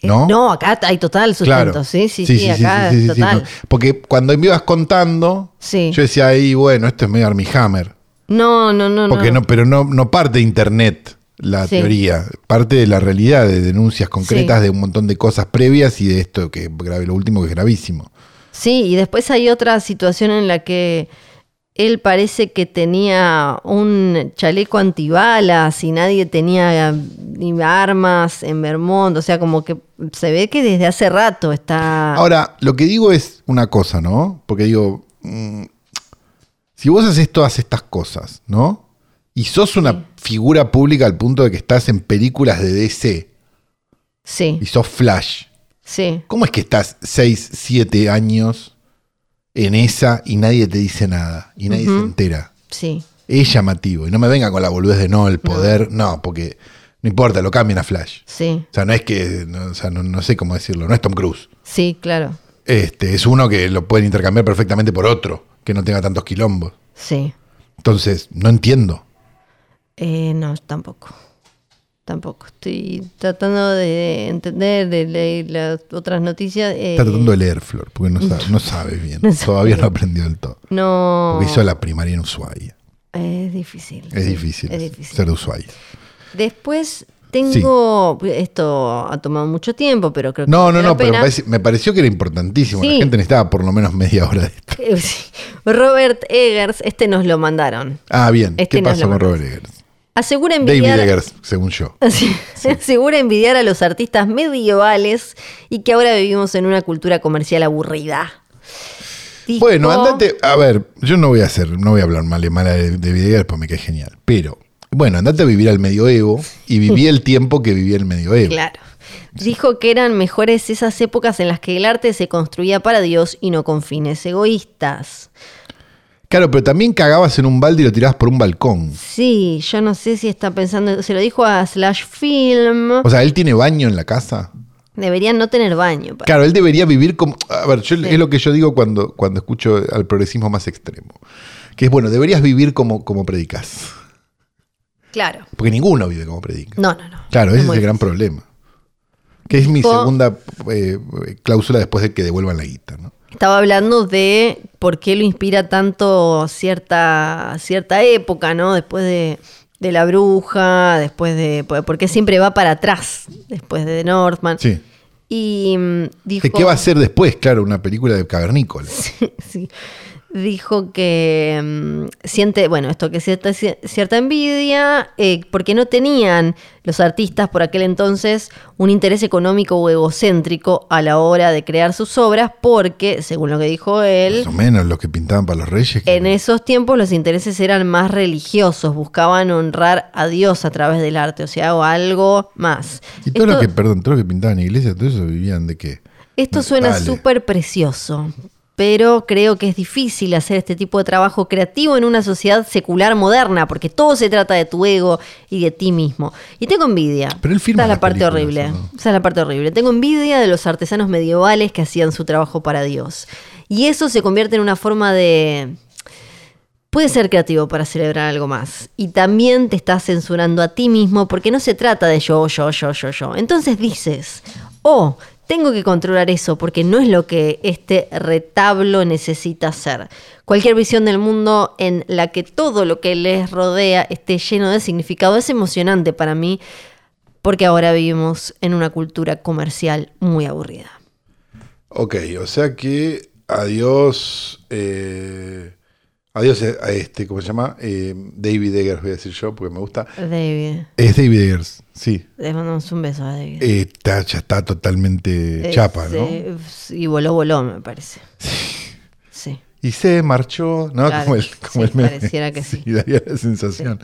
B: Eh,
C: ¿no?
B: acá hay total sustento. Sí, sí, sí, acá
C: sí, sí, sí,
B: total.
C: no. Porque cuando me ibas contando,
B: Sí.
C: yo decía ahí, bueno, esto es medio Armie Hammer.
B: no, no, no, no.
C: Porque no, pero no, no parte de internet la
B: Ah. Sí.
C: teoría, parte de la realidad, de denuncias concretas
B: Sí.
C: de un montón de cosas previas y de esto que grave, lo último que es gravísimo.
B: Sí, y después hay otra situación en la que él parece que tenía un chaleco antibalas y nadie tenía ni armas en Vermont. O sea, como que se ve que desde hace rato está.
C: Ahora, lo que digo es una cosa, ¿no? Porque digo, mm, si vos haces todas estas cosas, ¿no? Y sos una figura pública al punto de que estás en películas de DC
B: sí,
C: y sos Flash,
B: sí.
C: ¿cómo es que estás 6, 7 años en esa y nadie te dice nada y nadie se entera?
B: Sí,
C: es llamativo. Y no me venga con la boludez de no, el poder, no, porque no importa, lo cambian a Flash.
B: sí,
C: O sea, no es que, no, o sea, no, no sé cómo decirlo, no es Tom Cruise.
B: sí, claro.
C: Este, es uno que lo pueden intercambiar perfectamente por otro, que no tenga tantos quilombos.
B: Sí.
C: Entonces, no entiendo.
B: Eh, no, tampoco. Tampoco. Estoy tratando de entender, de leer las otras noticias. eh,
C: Está tratando de leer, Flor, porque no, sabe, no sabe bien.
B: [LAUGHS] No sabe.
C: Todavía no aprendió del todo.
B: No.
C: Porque hizo la primaria en Ushuaia.
B: Es difícil.
C: Es difícil,
B: Es difícil.
C: ser de Ushuaia.
B: Después tengo. Esto ha tomado mucho tiempo, pero creo que.
C: No, no,
B: vale la
C: no, pero me,
B: pena.
C: parece- me pareció que era importantísimo. La
B: Sí.
C: gente necesitaba por lo menos media hora de esto.
B: Eh, [LAUGHS] sí. Robert Eggers, este nos lo mandaron.
C: Ah, bien.
B: Este
C: ¿Qué
B: no es
C: pasó
B: lo
C: con
B: más.
C: Robert Eggers?
B: Asegura envidiar. [LAUGHS]
C: David Eggers, según yo.
B: Así- Asegura envidiar a los artistas medievales y que ahora vivimos en una cultura comercial aburrida. Dijo-
C: Bueno, andate, a ver, yo no voy a hacer, no voy a hablar mal y mala de, de Videguer porque me cae genial, pero bueno, andate a vivir al medioevo
B: [LAUGHS]
C: y viví el tiempo que viví el medioevo.
B: Claro. Dijo que eran mejores esas épocas en las que el arte se construía para Dios y no con fines egoístas.
C: Claro, pero también cagabas en un balde y lo tirabas por un balcón.
B: Sí, yo no sé si está pensando, se lo dijo a Slash Film,
C: O sea, él tiene baño en la casa.
B: deberían no tener baño. pa-
C: Claro, él debería vivir como. A ver, yo- es lo que yo digo cuando, cuando escucho al progresismo más extremo. Que es bueno, deberías vivir como, como predicas.
B: Claro.
C: Porque ninguno vive como predica.
B: No, no, no.
C: Claro, ese es
B: muy
C: el gran problema. Que es mi
B: Dijo-
C: segunda eh, cláusula después de que devuelvan la guita, ¿no?
B: Estaba hablando de por qué lo inspira tanto cierta, cierta época, ¿no? Después de, de La Bruja, después de... por- Porque siempre va para atrás, después de Northman.
C: Sí.
B: Y mm, dijo...
C: ¿De ¿Qué va a ser después? Claro, una película de cavernícola.
B: [LAUGHS] Sí. Dijo que mm, siente, bueno, esto que cierta, cier- cierta envidia, eh, porque no tenían los artistas por aquel entonces un interés económico o egocéntrico a la hora de crear sus obras, porque, según lo que dijo él,
C: Más o menos los que pintaban para los reyes. que-
B: en esos tiempos los intereses eran más religiosos, buscaban honrar a Dios a través del arte, o sea, o algo más.
C: y todo lo
B: Esto-
C: que, perdón, todo lo que pintaban en iglesia, todo eso vivían de qué?
B: Esto suena
C: Dale.
B: súper precioso, pero creo que es difícil hacer este tipo de trabajo creativo en una sociedad secular moderna, porque todo se trata de tu ego y de ti mismo. Y tengo envidia.
C: Pero él firma
B: Esa es la
C: las
B: parte
C: películas,
B: horrible.
C: ¿o no?
B: Esa es la parte horrible. Tengo envidia de los artesanos medievales que hacían su trabajo para Dios. Y eso se convierte en una forma de... Puede ser creativo para celebrar algo más. Y también te estás censurando a ti mismo porque no se trata de yo, yo, yo, yo, yo. Entonces dices, oh, tengo que controlar eso porque no es lo que este retablo necesita hacer. Cualquier visión del mundo en la que todo lo que les rodea esté lleno de significado es emocionante para mí porque ahora vivimos en una cultura comercial muy aburrida.
C: Ok, o sea que adiós. eh, adiós a este, ¿cómo se llama? Eh, David Eggers, voy a decir yo, porque me gusta.
B: David,
C: Es David Eggers, sí.
B: les mandamos un beso a David.
C: Eh, está- ya está totalmente
B: Eh,
C: chapa, ¿no?
B: se- Y voló, voló, me parece. Sí.
C: Y se marchó, ¿no?
B: Claro,
C: como el, como
B: sí,
C: el meme. [LAUGHS]
B: pareciera que sí.
C: daría la sensación.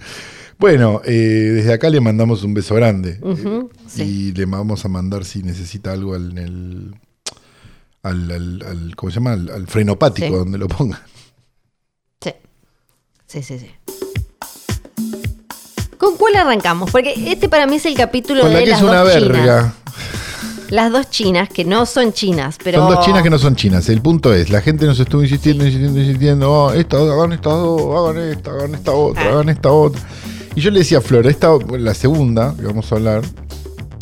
C: Bueno, eh, desde acá le mandamos un beso grande.
B: Ujú,
C: Eh,
B: Mm, sí.
C: Y le vamos a mandar si necesita algo al, en el- al, al- al- ¿cómo se llama? Al, al frenopático,
B: Sí.
C: donde lo pongan.
B: Sí. Sí, sí, sí. ¿Con cuál arrancamos? Porque este para mí es el capítulo
C: Con la
B: de
C: que
B: las
C: es una
B: dos
C: verga.
B: chinas. Las dos chinas, que no son chinas, pero...
C: Son dos chinas que no son chinas. El punto es, la gente nos estuvo insistiendo, insistiendo, insistiendo. Oh, estas dos, hagan estas dos, hagan esta, hagan esta otra,
B: Ah.
C: hagan esta otra. Y yo le decía a Flor, esta, la segunda que vamos a hablar,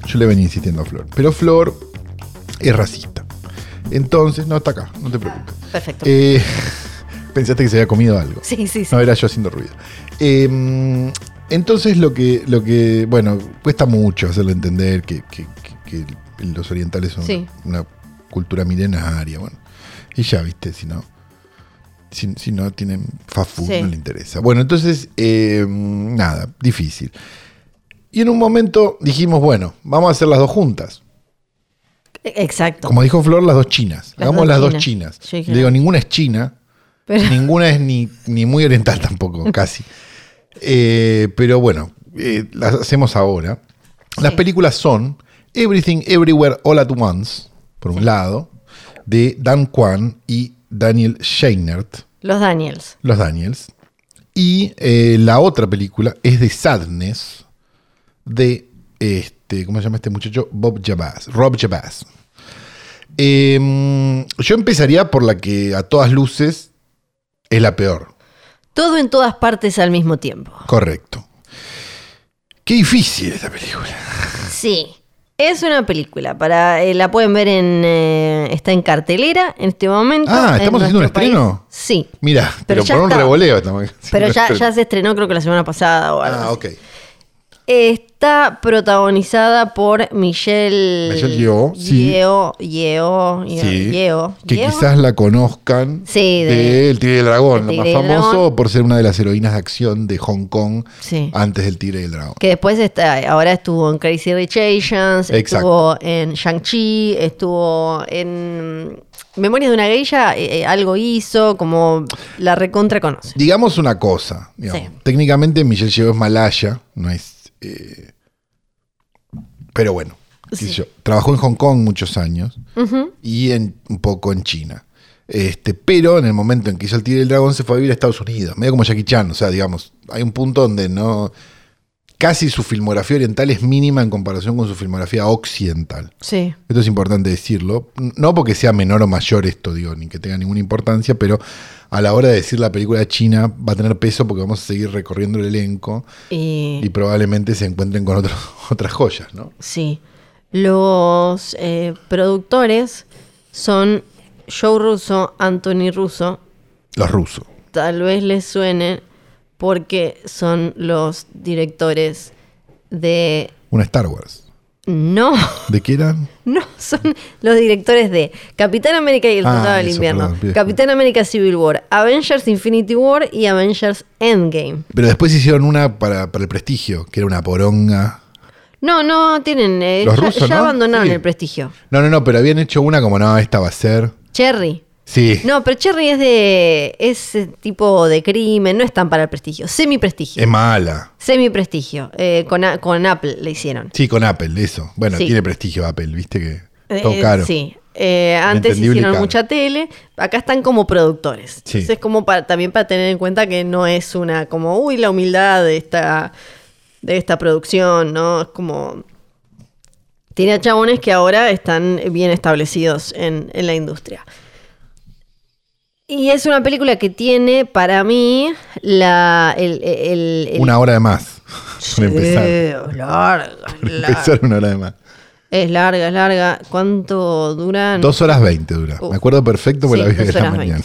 C: yo le venía insistiendo a Flor. Pero Flor es racista. Entonces, no, está acá, no te preocupes.
B: Perfecto.
C: Eh, [LAUGHS] pensaste que se había comido algo.
B: sí, sí, sí.
C: No, era yo haciendo ruido. Eh, entonces lo que, lo que, bueno, cuesta mucho hacerlo entender que, que- que- que los orientales son
B: Sí.
C: una cultura milenaria, bueno. Y ya, viste, si no, si, si no tienen fast food,
B: Sí.
C: no le interesa. Bueno, entonces, eh, nada, difícil. Y en un momento dijimos, bueno, vamos a hacer las dos juntas.
B: Exacto.
C: Como dijo Flor, las dos chinas.
B: Las
C: Hagamos
B: dos
C: las dos
B: chinas.
C: chinas.
B: Sí,
C: Le
B: claro.
C: Digo, ninguna es china,
B: Pero-
C: ninguna es ni, ni muy oriental
B: [LAUGHS]
C: tampoco, casi. Eh, pero bueno, eh, las hacemos ahora. Las
B: Sí.
C: películas son Everything Everywhere All at Once, por un lado, de Dan Kwan y Daniel Scheinert,
B: Los Daniels.
C: los Daniels. Y eh, la otra película es de Sadness, de este, ¿cómo se llama este muchacho? Bob Jabaz, Rob Jabaz. Em, yo empezaría por la que a todas luces es la peor.
B: Todo en todas partes al mismo tiempo.
C: Correcto. Qué difícil esta película.
B: Sí. Es una película, para eh, la pueden ver en... eh, está en cartelera en este momento.
C: Ah,
B: en
C: ¿estamos haciendo un
B: nuestro
C: estreno?
B: Sí,
C: Mira, pero,
B: ya
C: por un
B: está.
C: revoleo estamos. [LAUGHS]
B: pero ya, ya se estrenó creo que la semana pasada o algo
C: Ah,
B: así.
C: ok.
B: Está protagonizada por Michelle...
C: Michelle Yeoh, sí.
B: Yeoh, Yeoh, Yeoh,
C: Sí,
B: Yeoh,
C: que
B: Yeoh.
C: quizás la conozcan
B: Sí, de-
C: de El Tigre y el Dragón,
B: El
C: lo más
B: Tigre y el
C: famoso
B: Dragón.
C: por ser una de las heroínas de acción de Hong Kong
B: Sí.
C: antes del Tigre y el Dragón.
B: Que después está, ahora estuvo en Crazy Rich Asians, estuvo
C: Exacto.
B: en Shang-Chi, estuvo en Memorias de una Geisha, eh, eh, algo hizo, como la recontra conoce.
C: Digamos una cosa, digamos.
B: Sí.
C: técnicamente Michelle Yeoh es malaya, no es... eh, Pero bueno, qué sé
B: Sí.
C: yo. trabajó en Hong Kong muchos años
B: Ujú.
C: y en, un poco en China. Este, pero en el momento en que hizo el Tigre y el Dragón se fue a vivir a Estados Unidos, medio como Jackie Chan, o sea, digamos, hay un punto donde no... Casi su filmografía oriental es mínima en comparación con su filmografía occidental.
B: Sí.
C: Esto es importante decirlo. No porque sea menor o mayor esto, digo, ni que tenga ninguna importancia, pero a la hora de decir la película china va a tener peso porque vamos a seguir recorriendo el elenco
B: Y,
C: y probablemente se encuentren con otro- [LAUGHS] otras joyas, ¿no?
B: sí. Los eh, productores son Joe Russo, Anthony Russo.
C: Los rusos.
B: Tal vez les suene porque son los directores de...
C: Una Star Wars.
B: No. [LAUGHS]
C: ¿De qué eran?
B: No, son los directores de Capitán América y el
C: Ah,
B: Soldado del
C: eso,
B: Invierno,
C: perdón, pides
B: Capitán América Civil War, Avengers Infinity War y Avengers Endgame.
C: Pero después hicieron una para, para el prestigio, que era una poronga.
B: No, no tienen. eh,
C: Los
B: ya
C: rusos,
B: ya
C: ¿no?
B: abandonaron
C: Sí.
B: el prestigio.
C: No, no, no, pero habían hecho una como, no, esta va a ser.
B: Cherry.
C: Sí,
B: No, pero Cherry es de ese tipo de crimen, no están para el prestigio. Semi-prestigio.
C: es mala.
B: Semi-prestigio. eh, con, A- con Apple le hicieron.
C: Sí, con Apple, eso. Bueno,
B: Sí.
C: tiene prestigio Apple, viste que.
B: Eh,
C: Todo caro.
B: Sí. Eh, antes
C: Entendible y
B: hicieron
C: caro.
B: mucha tele, acá están como productores.
C: Sí.
B: Entonces es como para, también para tener en cuenta que no es una como, uy, la humildad de esta, de esta producción, ¿no? Es como... Tiene a chabones que ahora están bien establecidos en, en la industria. Y es una película que tiene para mí la, el, el- el-
C: Una hora de más. Para empezar. [LAUGHS]
B: Sí, Eh, larga, larga.
C: Empezar una hora de más.
B: Es larga, es larga. ¿Cuánto duran?
C: Dos horas veinte dura.
B: Uh.
C: pues Me acuerdo perfecto porque
B: Sí,
C: la vi
B: dos
C: de la
B: horas
C: mañana.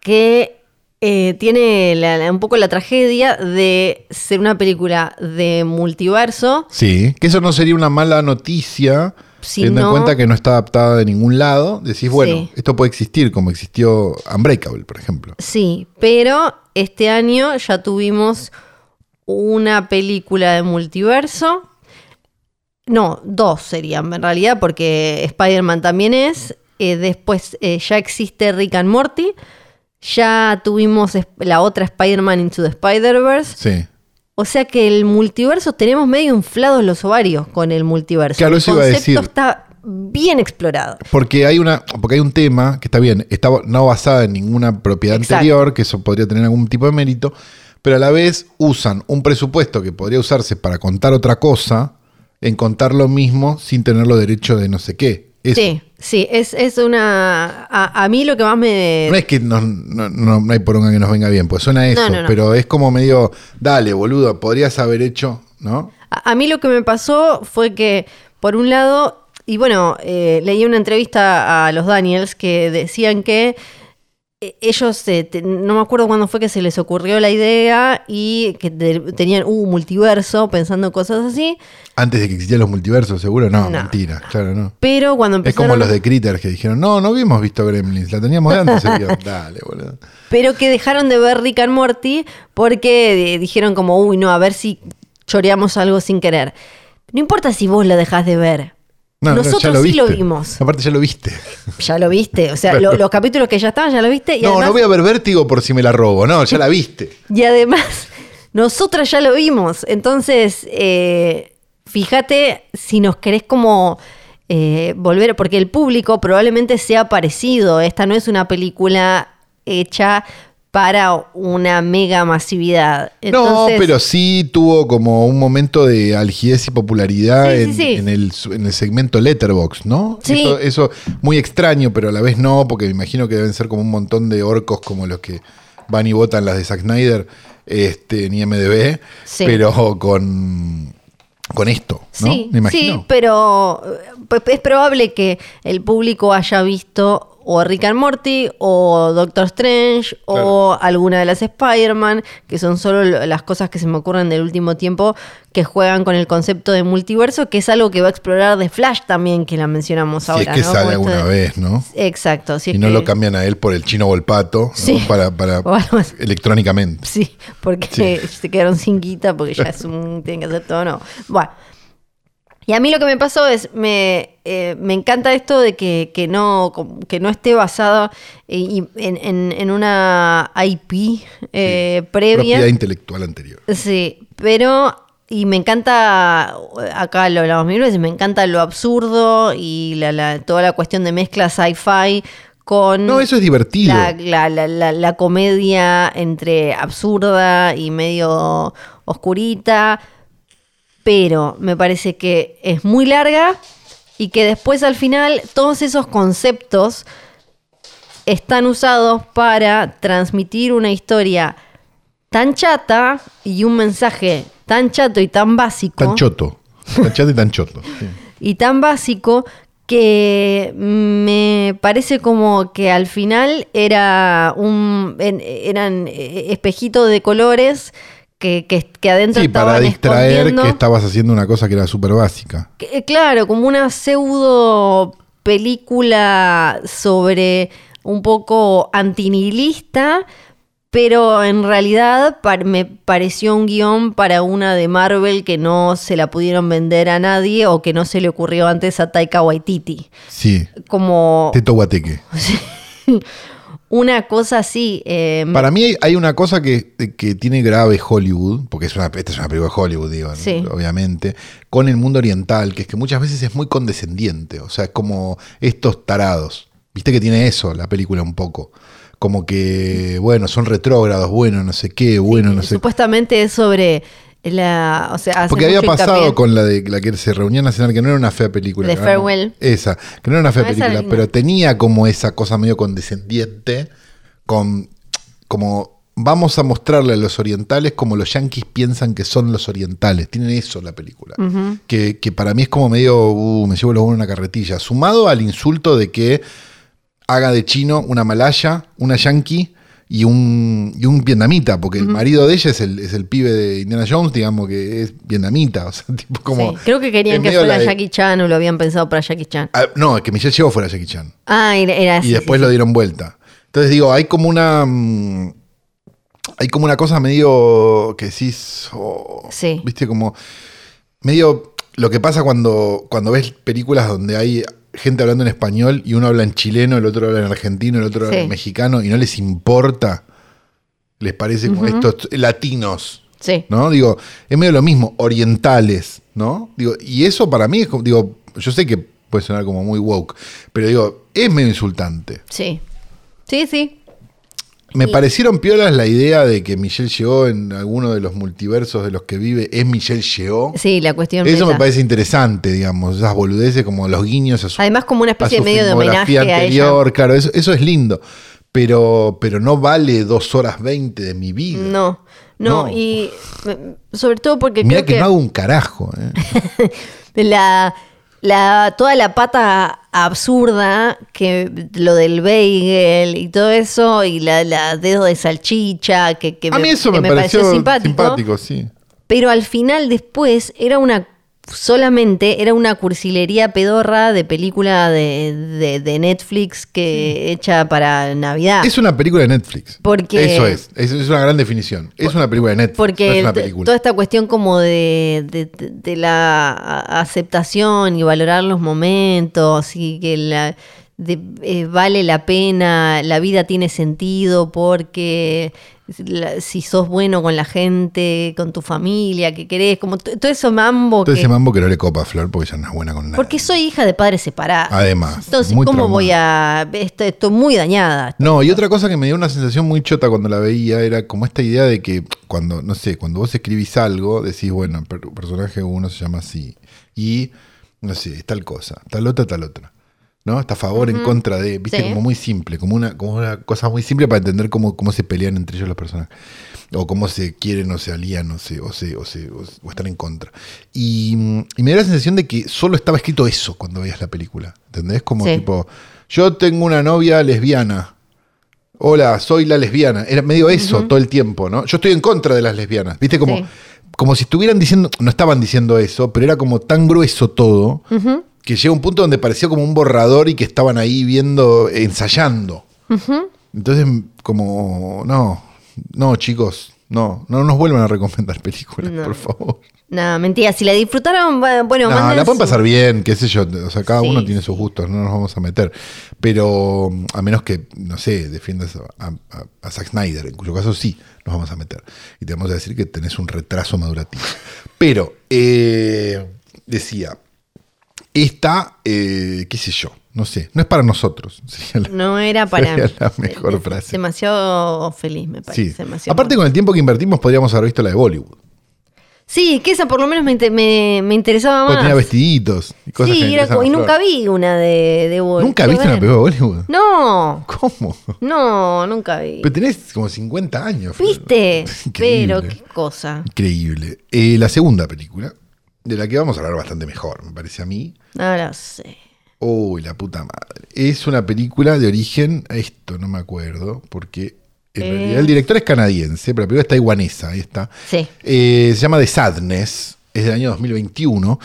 B: que eh, tiene la- la- un poco la tragedia de ser una película de multiverso.
C: Sí, que eso no sería una mala noticia,
B: Si
C: teniendo
B: no-
C: en cuenta que no está adaptada de ningún lado. Decís, bueno,
B: Sí.
C: esto puede existir, como existió Unbreakable, por ejemplo.
B: Sí, pero este año ya tuvimos una película de multiverso. No, dos serían en realidad, porque Spider-Man también es. Eh, después eh, ya existe Rick and Morty. Ya tuvimos es- la otra Spider-Man Into the Spider-Verse.
C: Sí.
B: O sea que el multiverso tenemos medio inflados los ovarios con el multiverso.
C: Claro,
B: el
C: eso iba a
B: concepto
C: decir.
B: está bien explorado.
C: Porque hay una, porque hay un tema que está bien, está no basada en ninguna propiedad
B: Exacto.
C: anterior, que eso podría tener algún tipo de mérito, pero a la vez usan un presupuesto que podría usarse para contar otra cosa, en contar lo mismo sin tener los derechos de no sé qué. Eso.
B: Sí, sí, es, es una... A, a mí lo que más me...
C: No es que nos- no, no- no hay poronga que nos venga bien, pues suena eso,
B: no, no.
C: pero es como medio, dale, boludo, podrías haber hecho, ¿no?
B: A, a mí lo que me pasó fue que, por un lado, y bueno, eh, leí una entrevista a los Daniels que decían que eh, ellos, eh, te- no me acuerdo cuándo fue que se les ocurrió la idea y que te- tenían, uh, multiverso, pensando cosas así,
C: Antes de que existieran los multiversos, seguro, no,
B: No.
C: mentira, claro, no.
B: pero cuando
C: Es
B: empezaron...
C: como los de Critter que dijeron, no, no habíamos visto Gremlins, la teníamos de
B: [LAUGHS]
C: antes. el guión". Dale, boludo.
B: Pero que dejaron de ver Rick and Morty porque eh, dijeron como, uy, no, a ver si choreamos algo sin querer. No importa si vos lo dejás de ver. Nosotros sí lo
C: viste. [LAUGHS]
B: vimos.
C: Aparte ya lo viste.
B: Ya lo viste. O sea,
C: Claro.
B: lo- los capítulos que ya estaban ya lo viste. Y
C: no,
B: además,
C: no voy a ver vértigo por si me la robo. No, ya la viste.
B: Y además, [LAUGHS] nosotras ya lo vimos. Entonces, eh, fíjate si nos querés como eh, volver, porque el público probablemente sea parecido. Esta no es una película hecha para una mega masividad. Entonces,
C: no, pero sí tuvo como un momento de algidez y popularidad
B: Sí, sí,
C: en,
B: sí.
C: en el, su- en el segmento Letterbox, ¿no?
B: Sí.
C: Eso, eso muy extraño, pero a la vez no, porque me imagino que deben ser como un montón de orcos como los que van y votan las de Zack Snyder este, en IMDB,
B: Sí.
C: pero con, con esto, ¿no?
B: Sí,
C: me imagino.
B: sí, pero eh, pues, es probable que el público haya visto o Rick and Morty o Doctor Strange o alguna de las Spider-Man, que son solo lo- las cosas que se me ocurren del último tiempo que juegan con el concepto de multiverso, que es algo que va a explorar de Flash también, que la mencionamos
C: si
B: ahora.
C: es que
B: ¿no?
C: sale
B: Como esto
C: alguna
B: de-
C: vez, ¿no?
B: Exacto. Si es
C: y no
B: que-
C: lo cambian a él por el chino Volpato ¿no?
B: Sí.
C: para, para
B: [LAUGHS] O algo así.
C: electrónicamente.
B: Sí, porque [LAUGHS] se quedaron sin guita porque ya es un, tienen que hacer todo, no. Bueno. Y a mí lo que me pasó es, me, eh, me encanta esto de que, que no, que no esté basado eh, y- en, en- en una IP eh, previa.
C: Propiedad intelectual anterior.
B: Sí, pero. Y me encanta, eh, acá lo hablamos mil veces, me encanta lo absurdo y la- la- toda la cuestión de mezcla sci-fi con
C: No, eso es divertido.
B: la, la- la- la- la comedia entre absurda y medio oscurita, pero me parece que es muy larga y que después al final todos esos conceptos están usados para transmitir una historia tan chata y un mensaje tan chato y tan básico
C: Tan choto. Tan chato y tan choto.
B: [LAUGHS]
C: sí.
B: y tan básico que me parece como que al final era un en- eran eh, espejitos de colores que, que- que adentro
C: Sí,
B: estaban
C: para distraer
B: escondiendo.
C: que estabas haciendo una cosa que era súper básica.
B: Que- eh, Claro, como una pseudo película sobre un poco antinihilista, pero en realidad par- me pareció un guión para una de Marvel que no se la pudieron vender a nadie o que no se le ocurrió antes a Taika Waititi.
C: Sí.
B: Como
C: Teto Guateque.
B: una cosa así. eh,
C: Para mí hay, hay una cosa que, que tiene grave Hollywood, porque es una, esta es una película de Hollywood, digo, ¿no?
B: Sí.
C: obviamente, con el mundo oriental, que es que muchas veces es muy condescendiente, o sea, es como estos tarados. Viste que tiene eso la película un poco. Como que, bueno, son retrógrados, bueno, no sé qué, bueno, no sé
B: Supuestamente es sobre la. O sea, hace
C: Porque había
B: mucho
C: pasado
B: hincapié.
C: con la de la que se reunían a cenar, que no era una fea película.
B: The
C: que ahora no-
B: Farewell.
C: Esa, que no era una fea
B: No, esa
C: película,
B: no.
C: pero tenía como esa cosa medio condescendiente, con como vamos a mostrarle a los orientales como los yanquis piensan que son los orientales. Tienen eso la película. que, que para mí es como medio, uh, me llevo los huevos en una carretilla. Sumado al insulto de que haga de chino una malaya, una yanqui y un, y un vietnamita, porque el marido de ella es el, es el pibe de Indiana Jones, digamos que es vietnamita. O sea, [LAUGHS] tipo como.
B: Sí, Creo que querían
C: en
B: que
C: medio
B: fuera
C: la de-
B: Jackie Chan o lo habían pensado para Jackie Chan.
C: Ah, no, que Michelle Yeoh fuera Jackie Chan.
B: Ah, era, era así.
C: y después lo dieron vuelta. Entonces digo, hay como una. mm, Hay como una cosa medio que oh, sí. so-
B: Sí.
C: Viste, como. Medio lo que pasa cuando, cuando ves películas donde hay gente hablando en español y uno habla en chileno, el otro habla en argentino, el otro habla
B: Sí.
C: en mexicano y no les importa. Les parece como estos latinos.
B: Sí.
C: ¿no? Digo, es medio lo mismo, orientales, ¿no? Digo, y eso para mí es como, digo, yo sé que puede sonar como muy woke, pero digo, es medio insultante.
B: Sí. Sí, sí.
C: Me
B: Y-
C: parecieron piolas la idea de que Michelle Yeoh en alguno de los multiversos de los que vive es Michelle Yeoh.
B: Sí, la cuestión.
C: Eso me
B: esa.
C: parece interesante, digamos, esas boludeces como los guiños a su
B: Además, como una especie
C: a
B: de
C: su
B: medio de homenaje
C: filmografía
B: a
C: anterior, claro, eso, eso es lindo. Pero, pero no vale dos horas veinte de mi vida.
B: ella. No, no,
C: No.
B: y mm, sobre todo porque
C: Mira
B: creo
C: que,
B: que,
C: no hago un carajo. ¿eh?
B: la, la, toda la pata absurda, que lo del bagel y todo eso, y la, la dedo de salchicha, [LAUGHS] que, que
C: a mí eso
B: que
C: me, pareció, simpático, sí.
B: Pero al final, después, era una. Solamente era una cursilería pedorra de película de, de- de Netflix que hecha para Navidad.
C: Es una película de Netflix.
B: Ah. Porque-
C: Eso es. Es, es una gran definición. Es una película de Netflix. no
B: Porque
C: es una
B: t-
C: película.
B: toda esta cuestión como de, de- de- de la a- aceptación y valorar los momentos y que la, de- eh, vale la pena, la vida tiene sentido porque la- si sos bueno con la gente, con tu familia, que querés, como t- todo eso mambo.
C: Todo
B: que-
C: ese mambo que no le copa a Flor porque ella no es buena con nada.
B: porque soy hija de padres separados.
C: Además,
B: Entonces,
C: muy
B: ¿cómo voy a...? Estoy, estoy muy dañada.
C: No, y otra cosa que me dio una sensación muy chota cuando la veía era como esta idea de que cuando, no sé, cuando vos escribís algo, decís, bueno, per- personaje uno se llama así. Y, no sé, es tal cosa, tal otra, tal otra. ¿No? Está a favor, en contra de, viste,
B: Sí.
C: como muy simple, como una, como una cosa muy simple para entender cómo, cómo se pelean entre ellos los personajes. O cómo se quieren o se alían o, se, o, se, o, se- o se- o están en contra. Y, mm, y me dio la sensación de que solo estaba escrito eso cuando veías la película. ¿Entendés? Como
B: Sí.
C: tipo, yo tengo una novia lesbiana. Hola, soy la lesbiana. Era medio eso todo el tiempo, ¿no? Yo estoy en contra de las lesbianas. ¿Viste? Como,
B: Sí.
C: como si estuvieran diciendo, no estaban diciendo eso, pero era como tan grueso todo que llega un punto donde parecía como un borrador y que estaban ahí viendo, ensayando. Entonces, como, no, no, chicos, no, no nos vuelvan a recomendar películas,
B: No.
C: por favor.
B: Nada, mentira. Si la disfrutaron, va- bueno,
C: No,
B: manden
C: la pueden
B: su-
C: pasar bien, qué sé yo. O sea, cada
B: Sí,
C: uno tiene sus
B: sí.
C: gustos, no nos vamos a meter. Pero mm, a menos que, no sé, defiendas a, a- a Zack Snyder, en cuyo caso sí nos vamos a meter. Y te vamos a decir que tenés un retraso madurativo. Pero, eh, decía, esta, eh, qué sé yo, no sé, no es para nosotros. [LAUGHS] Sería la-
B: No era para
C: Sería [LAUGHS] la mejor
B: de-
C: frase.
B: Demasiado feliz, me parece.
C: sí.
B: demasiado-
C: Aparte, con el tiempo que invertimos, podríamos haber visto la de Bollywood.
B: Sí, que esa por lo menos me, inter- me, me interesaba
C: Porque
B: más.
C: tenía vestiditos y cosas que le
B: sí, era
C: interesan
B: como-
C: a
B: y
C: Flor.
B: nunca vi una de, de Wolf.
C: ¿Nunca
B: Quiero
C: viste una
B: ver.
C: película de Bollywood? [LAUGHS]
B: No,
C: ¿Cómo?
B: no, nunca vi.
C: Pero tenés como 50 años. Flor.
B: ¿Viste?
C: [LAUGHS] Increíble.
B: Pero qué cosa.
C: Increíble. Eh, la segunda película, de la que vamos a hablar bastante mejor, me parece a mí.
B: Ahora sé.
C: Uy, la puta madre. Es una película de origen, esto no me acuerdo, porque en
B: Eh.
C: realidad el director es canadiense, pero la película es taiwanesa, ahí está.
B: Sí.
C: Eh, se llama The Sadness, es del año 2021.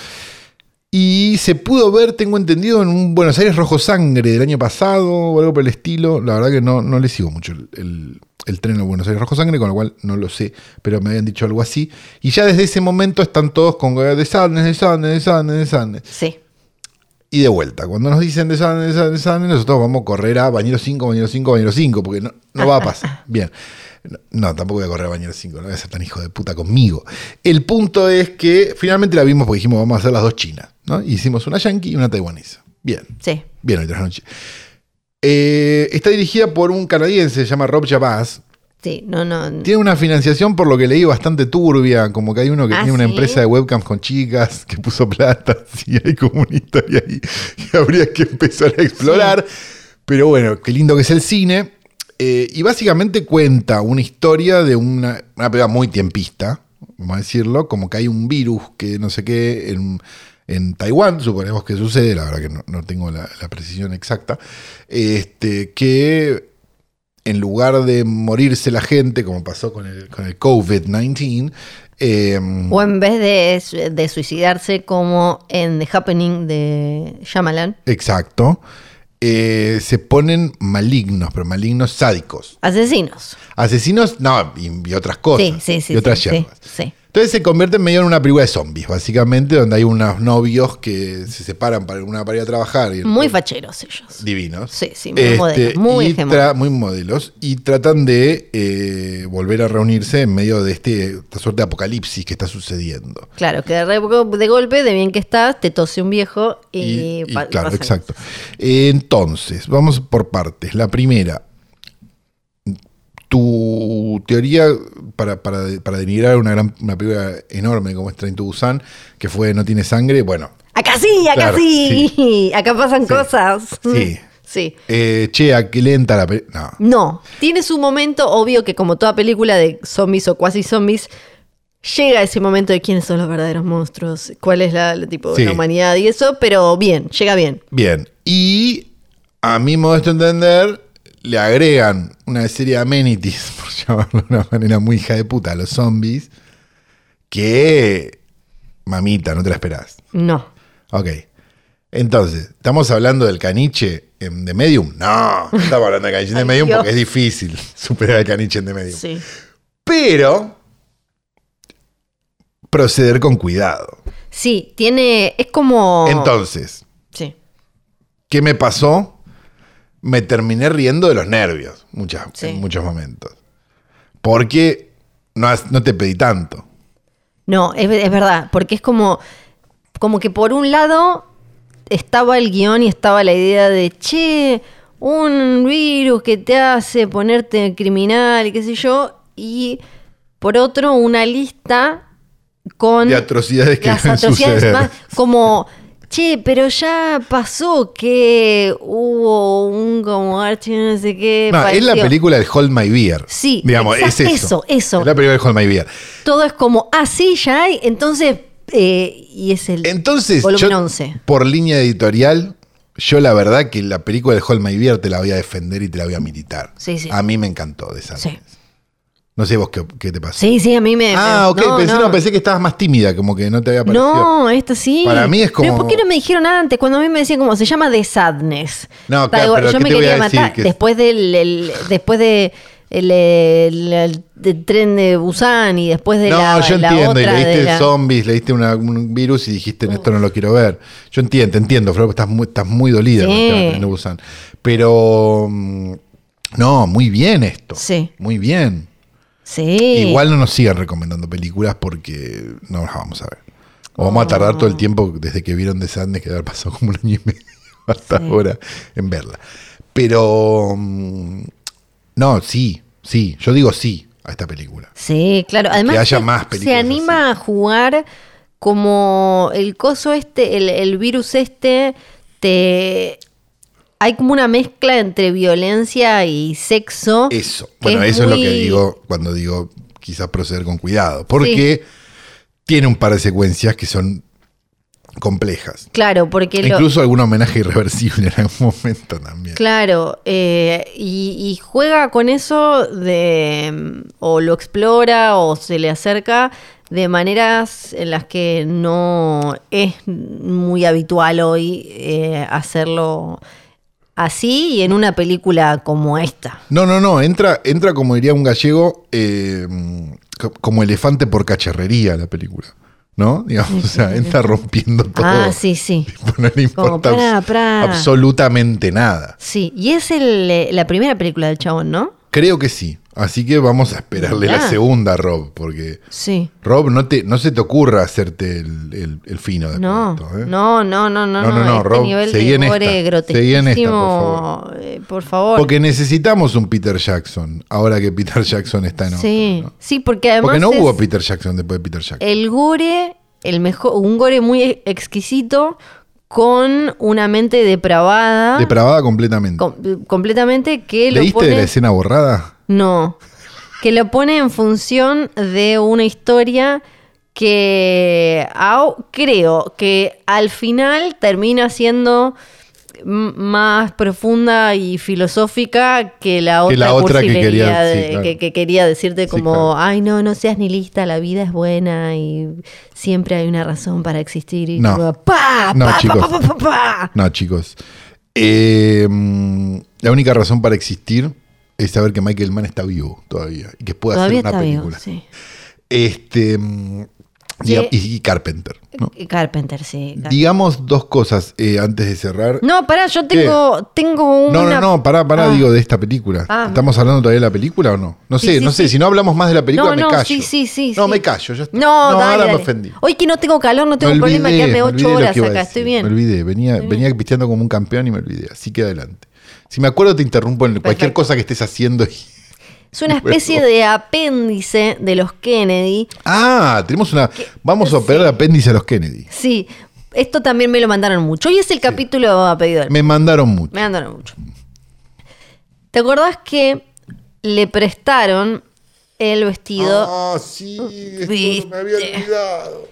C: Y se pudo ver, tengo entendido, en un Buenos Aires Rojo Sangre del año pasado o algo por el estilo. La verdad que no, no le sigo mucho el, el, el tren a Buenos Aires Rojo Sangre, con lo cual no lo sé, pero me habían dicho algo así. Y ya desde ese momento están todos con eh, The Sadness, The Sadness, The Sadness, The Sadness.
B: Sí.
C: Y de vuelta, cuando nos dicen The Sadness, The Sadness, The Sadness, nosotros vamos a correr a Bañero 5, Bañero 5, Bañero 5, porque no, no va a pasar. Bien. No, tampoco voy a correr a Bañero 5, no voy a ser tan hijo de puta conmigo. El punto es que finalmente la vimos porque dijimos vamos a hacer las dos chinas, ¿no? Y hicimos una yankee y una taiwanesa. Bien,
B: Sí.
C: bien hoy tras noche. Eh, está dirigida por un canadiense, se llama Rob Javaz.
B: Sí. No, no.
C: Tiene una financiación, por lo que leí, bastante turbia. Como que hay uno que
B: ¿Ah,
C: tiene una
B: sí?
C: empresa de webcams con chicas que puso plata. [LAUGHS] Sí, hay como una historia ahí que habría que empezar a explorar. Pero bueno, qué lindo que es el cine. Eh, y básicamente cuenta una historia de una, una película muy tiempista, vamos a decirlo. Como que hay un virus que no sé qué en, en Taiwán, suponemos que sucede. La verdad que no, no tengo la, la precisión exacta. Este, que en lugar de morirse la gente, como pasó con el, con el COVID-19, eh,
B: O en vez de, su- de suicidarse como en The Happening de Shyamalan,
C: exacto, eh, se ponen malignos, pero malignos sádicos.
B: asesinos.
C: Asesinos, no, y, y otras cosas.
B: Sí, sí, sí.
C: Y otras
B: sí,
C: hierbas.
B: sí, sí.
C: Entonces se convierte en medio en una película de zombies, básicamente, donde hay unos novios que se separan para una para ir a trabajar. Y
B: Muy facheros ellos.
C: divinos. Este,
B: Sí, sí, muy modelos, muy
C: y
B: hegemónicos.
C: tra- muy modelos. Y tratan de eh, volver a reunirse en medio de este, esta suerte de apocalipsis que está sucediendo.
B: Claro, que de, re- de golpe, de bien que estás, te tose un viejo y...
C: Y- y
B: Eh, pa-
C: claro,
B: pasan.
C: exacto. Entonces, vamos por partes. La primera, tu teoría para, para, para denigrar una, gran, una película enorme como es Train to Busan, que fue No tiene sangre, bueno,
B: Acá sí, acá
C: Claro,
B: sí. [LAUGHS] Acá pasan cosas.
C: Sí.
B: [LAUGHS] Sí.
C: eh, che, a qué lenta la película. No,
B: No, tiene su momento, obvio que como toda película de zombies o cuasi zombies, llega ese momento de quiénes son los verdaderos monstruos, cuál es la, la tipo
C: Sí.
B: la humanidad y eso, pero bien, llega bien.
C: Bien, y a mi modesto entender, le agregan una serie de amenities, [LAUGHS] por llamarlo de una manera muy hija de puta, a los zombies, que, mamita, no te la esperás.
B: No.
C: Ok, entonces, ¿estamos hablando del caniche en The Medium? No, no estamos hablando del caniche en The
B: Ay,
C: Medium
B: Dios.
C: porque es difícil [LAUGHS] superar el caniche en The Medium.
B: Sí.
C: Pero, proceder con cuidado.
B: Sí, tiene. Es como.
C: Entonces,
B: Sí.
C: ¿Qué me pasó? Me terminé riendo de los nervios muchas,
B: Sí.
C: en muchos momentos. Porque no, has- no te pedí tanto.
B: No, es, es verdad, porque es como. Como que por un lado estaba el guión y estaba la idea de che, un virus que te hace ponerte criminal y qué sé yo. Y por otro, una lista con
C: De atrocidades que
B: Mm. las
C: deben
B: atrocidades
C: suceder.
B: más como che pero ya pasó que hubo un como archi no sé qué
C: No, es la
B: pareció".
C: película del Hold My Beer.
B: Sí,
C: Digamos, es
B: exacto,
C: eso.
B: eso, eso.
C: Es la película del Hold My Beer.
B: todo es como ah sí ya hay entonces eh, y es el
C: Entonces,
B: volumen
C: yo,
B: 11
C: por línea editorial, yo la verdad que la película del Hold My Beer te la voy a defender y te la voy a militar.
B: Sí, sí.
C: A mí me encantó de esa.
B: sí
C: No sé vos qué, qué te pasó.
B: sí sí a mí me
C: ah, ok.
B: me- no,
C: pensé,
B: no.
C: no, pensé que estabas más tímida, como que no te había parecido.
B: No, esto sí.
C: Para mí es como-
B: Pero ¿por qué no me dijeron antes? Cuando a mí me decían como se llama The Sadness.
C: No,
B: Está
C: claro,
B: igual,
C: pero
B: yo
C: ¿qué
B: me
C: te voy
B: quería
C: a decir?
B: matar
C: Que-
B: después del el- después de el, el- el- el tren de Busan y después de
C: no,
B: la
C: yo
B: la
C: entiendo. Y
B: otra
C: leíste
B: de la-
C: zombies, leíste una- un virus y dijiste, esto no lo quiero ver. Yo entiendo, te entiendo, Flor, estás muy, estás muy dolida con el
B: Sí.
C: tema del tren de Busan. Pero. mm, No, muy bien esto.
B: Sí.
C: Muy bien.
B: Sí.
C: Igual no nos sigan recomendando películas porque no las vamos a ver. O vamos a tardar
B: Oh.
C: todo el tiempo desde que vieron The Sandnes, que haber pasado como un año y medio [LAUGHS] hasta ahora en verla. Pero. mm, No, sí, sí. Yo digo sí a esta película.
B: Sí, claro. Además,
C: haya
B: se-
C: más
B: se
C: películas
B: anima a jugar como el coso este, el, el virus este, te... Hay como una mezcla entre violencia y sexo.
C: Eso.
B: que
C: Bueno, eso es lo que
B: muy-
C: digo cuando digo quizás proceder con cuidado. Porque tiene un par de secuencias que son complejas.
B: Claro, porque lo-
C: Incluso algún homenaje irreversible en algún momento también.
B: Claro, eh, y, y juega con eso de mm, o lo explora o se le acerca de maneras en las que no es muy habitual hoy eh, hacerlo así y en una película como esta.
C: No, no, no. Entra, entra como diría un gallego, eh, co- como elefante por cacharrería la película. ¿No? Digamos, o sea, entra rompiendo todo.
B: Ah, sí, sí.
C: Tipo, [LAUGHS] no le
B: Como,
C: importa
B: pará,
C: abs-
B: pará.
C: absolutamente nada.
B: Sí, y es el, eh, la primera película del chabón, ¿no?
C: Creo que sí. Así que vamos a esperarle la
B: Mirá.
C: segunda, Rob, porque.
B: Sí.
C: Rob, no, te, no se te ocurra hacerte el, el- el fino después
B: No,
C: de esto, ¿eh?
B: no, no, no, no, no,
C: No, no, no,
B: este
C: Rob,
B: nivel
C: seguí
B: de
C: en esta,
B: gore
C: seguí en esta, por
B: grotesquísimo, eh, por favor.
C: Porque necesitamos un Peter Jackson, ahora que Peter Jackson está en
B: Sí,
C: Oscar, ¿no?
B: sí, porque además
C: Porque no
B: es Eh,
C: hubo Peter Jackson después de Peter Jackson.
B: el gore, el mejor, un gore muy ex- exquisito con una mente depravada
C: Depravada completamente.
B: com- completamente que lo
C: ¿Leíste
B: pone
C: de la escena borrada?
B: no, que lo pone en función de una historia que au- creo que al final termina siendo m- más profunda y filosófica que la otra,
C: Que la otra que
B: cursilería
C: quería-
B: de-
C: sí, claro.
B: que, que quería decirte
C: Sí,
B: como,
C: claro.
B: ay no, no seas nihilista, la vida es buena y siempre hay una razón para existir. Y
C: No.
B: como, ¡pa!
C: No,
B: pa, pa,
C: chicos.
B: pa, pa, pa, pa!
C: No, chicos. Eh, mm, la única razón para existir es saber que Michael Mann está vivo todavía y que pueda
B: Todavía
C: hacer
B: está
C: una
B: vivo,
C: película.
B: sí.
C: Este mm, diga-
B: Sí.
C: y, y Carpenter. ¿no?
B: Carpenter, sí. Carpenter.
C: Digamos dos cosas eh, antes de cerrar.
B: No, pará, yo
C: ¿Qué?
B: tengo, tengo Mm, una...
C: No, no, no, pará, pará,
B: Ah.
C: digo de esta película.
B: Ah.
C: ¿Estamos hablando todavía de la película o no? No
B: Sí,
C: sé,
B: sí,
C: no sé,
B: sí.
C: si no hablamos más de la película
B: No,
C: me
B: no,
C: callo.
B: sí, sí, sí,
C: No,
B: sí.
C: me callo, ya está.
B: No, dale,
C: ahora
B: dale.
C: me ofendí.
B: Hoy que no tengo calor, no tengo
C: Me
B: problema de
C: olvidé,
B: quedarme
C: me olvidé
B: ocho
C: lo
B: horas
C: que iba a
B: acá,
C: decir,
B: estoy bien.
C: Me olvidé, venía, venía pisteando como un campeón y me olvidé, así que adelante. Si me acuerdo te interrumpo en cualquier
B: Perfecto.
C: cosa que estés haciendo. [LAUGHS] y-
B: Es una especie de apéndice de los Kennedy.
C: Ah, tenemos una... Vamos a operar el apéndice a los Kennedy.
B: Sí, esto también me lo mandaron mucho. Hoy es el capítulo a pedido. del-
C: Me mandaron mucho.
B: Me mandaron mucho. ¿Te acordás que le prestaron el vestido?
C: Ah, sí, esto
B: Viste.
C: me había olvidado.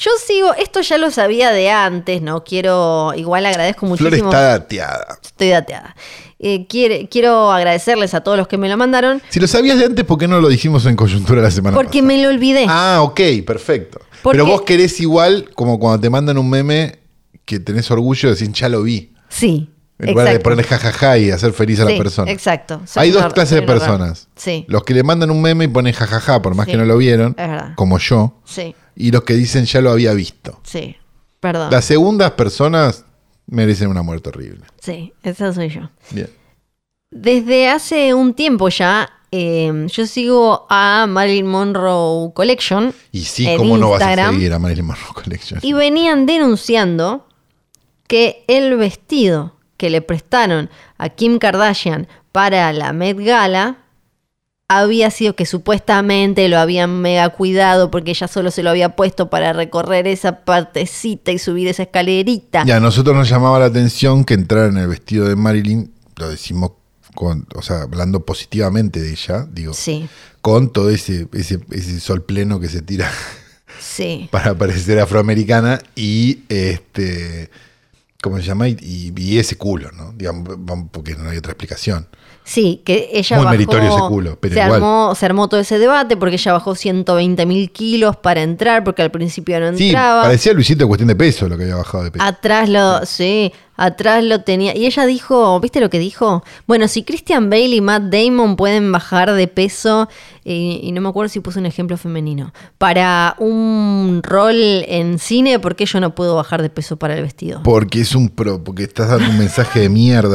B: Yo sigo, esto ya lo sabía de antes, ¿no? Quiero, igual agradezco
C: Flor
B: muchísimo.
C: está dateada.
B: Estoy dateada. Eh, quiere- quiero agradecerles a todos los que me lo mandaron
C: Si lo sabías de antes, ¿por qué no lo dijimos en coyuntura la semana
B: porque me lo olvidé.
C: pues, Ah, ok, perfecto.
B: Porque-
C: Pero vos querés igual, como cuando te mandan un meme que tenés orgullo de decir, ya lo vi.
B: Sí.
C: En lugar de
B: exacto.
C: ponerle jajaja y hacer feliz a la
B: Sí,
C: persona.
B: Exacto. Soy
C: Hay
B: una-
C: dos clases
B: soy
C: de
B: una rara.
C: personas.
B: Sí.
C: Los que le mandan un meme y ponen jajaja, por más
B: Sí.
C: que no lo vieron,
B: Es verdad.
C: como yo.
B: Sí,
C: Y los que dicen ya lo había visto.
B: sí. Perdón.
C: Las segundas personas merecen una muerte horrible.
B: Sí, esa soy yo.
C: Bien.
B: Desde hace un tiempo ya, eh, yo sigo a Marilyn Monroe Collection
C: Y sí,
B: En
C: ¿cómo no vas a
B: Instagram.
C: seguir a Marilyn Monroe Collection?
B: y venían denunciando que el vestido que le prestaron a Kim Kardashian para la Met Gala había sido que supuestamente lo habían mega cuidado porque ella solo se lo había puesto para recorrer esa partecita y subir esa escalerita.
C: Y a nosotros nos llamaba la atención que entrara en el vestido de Marilyn, lo decimos con, o sea, hablando positivamente de ella, digo,
B: Sí,
C: con todo ese, ese, ese sol pleno que se tira
B: sí.
C: para parecer afroamericana y este ¿cómo se llama? Y, y- y ese culo, ¿no? Digamos, vamos, porque no hay otra explicación.
B: Sí, que ella
C: Muy
B: bajó,
C: meritorio ese culo, pero
B: se,
C: igual.
B: Armó, se armó todo ese debate porque ella bajó 120 mil kilos para entrar porque al principio no
C: Sí,
B: entraba.
C: parecía Luisito cuestión de peso lo que había bajado de peso.
B: Atrás lo, sí, atrás lo tenía. Y ella dijo, ¿viste lo que dijo? Bueno, si Christian Bale y Matt Damon pueden bajar de peso, eh, y, y no me acuerdo si puso un ejemplo femenino, para un rol en cine, ¿por qué yo no puedo bajar de peso para el vestido?
C: Porque es un pro, porque estás dando un mensaje de mierda,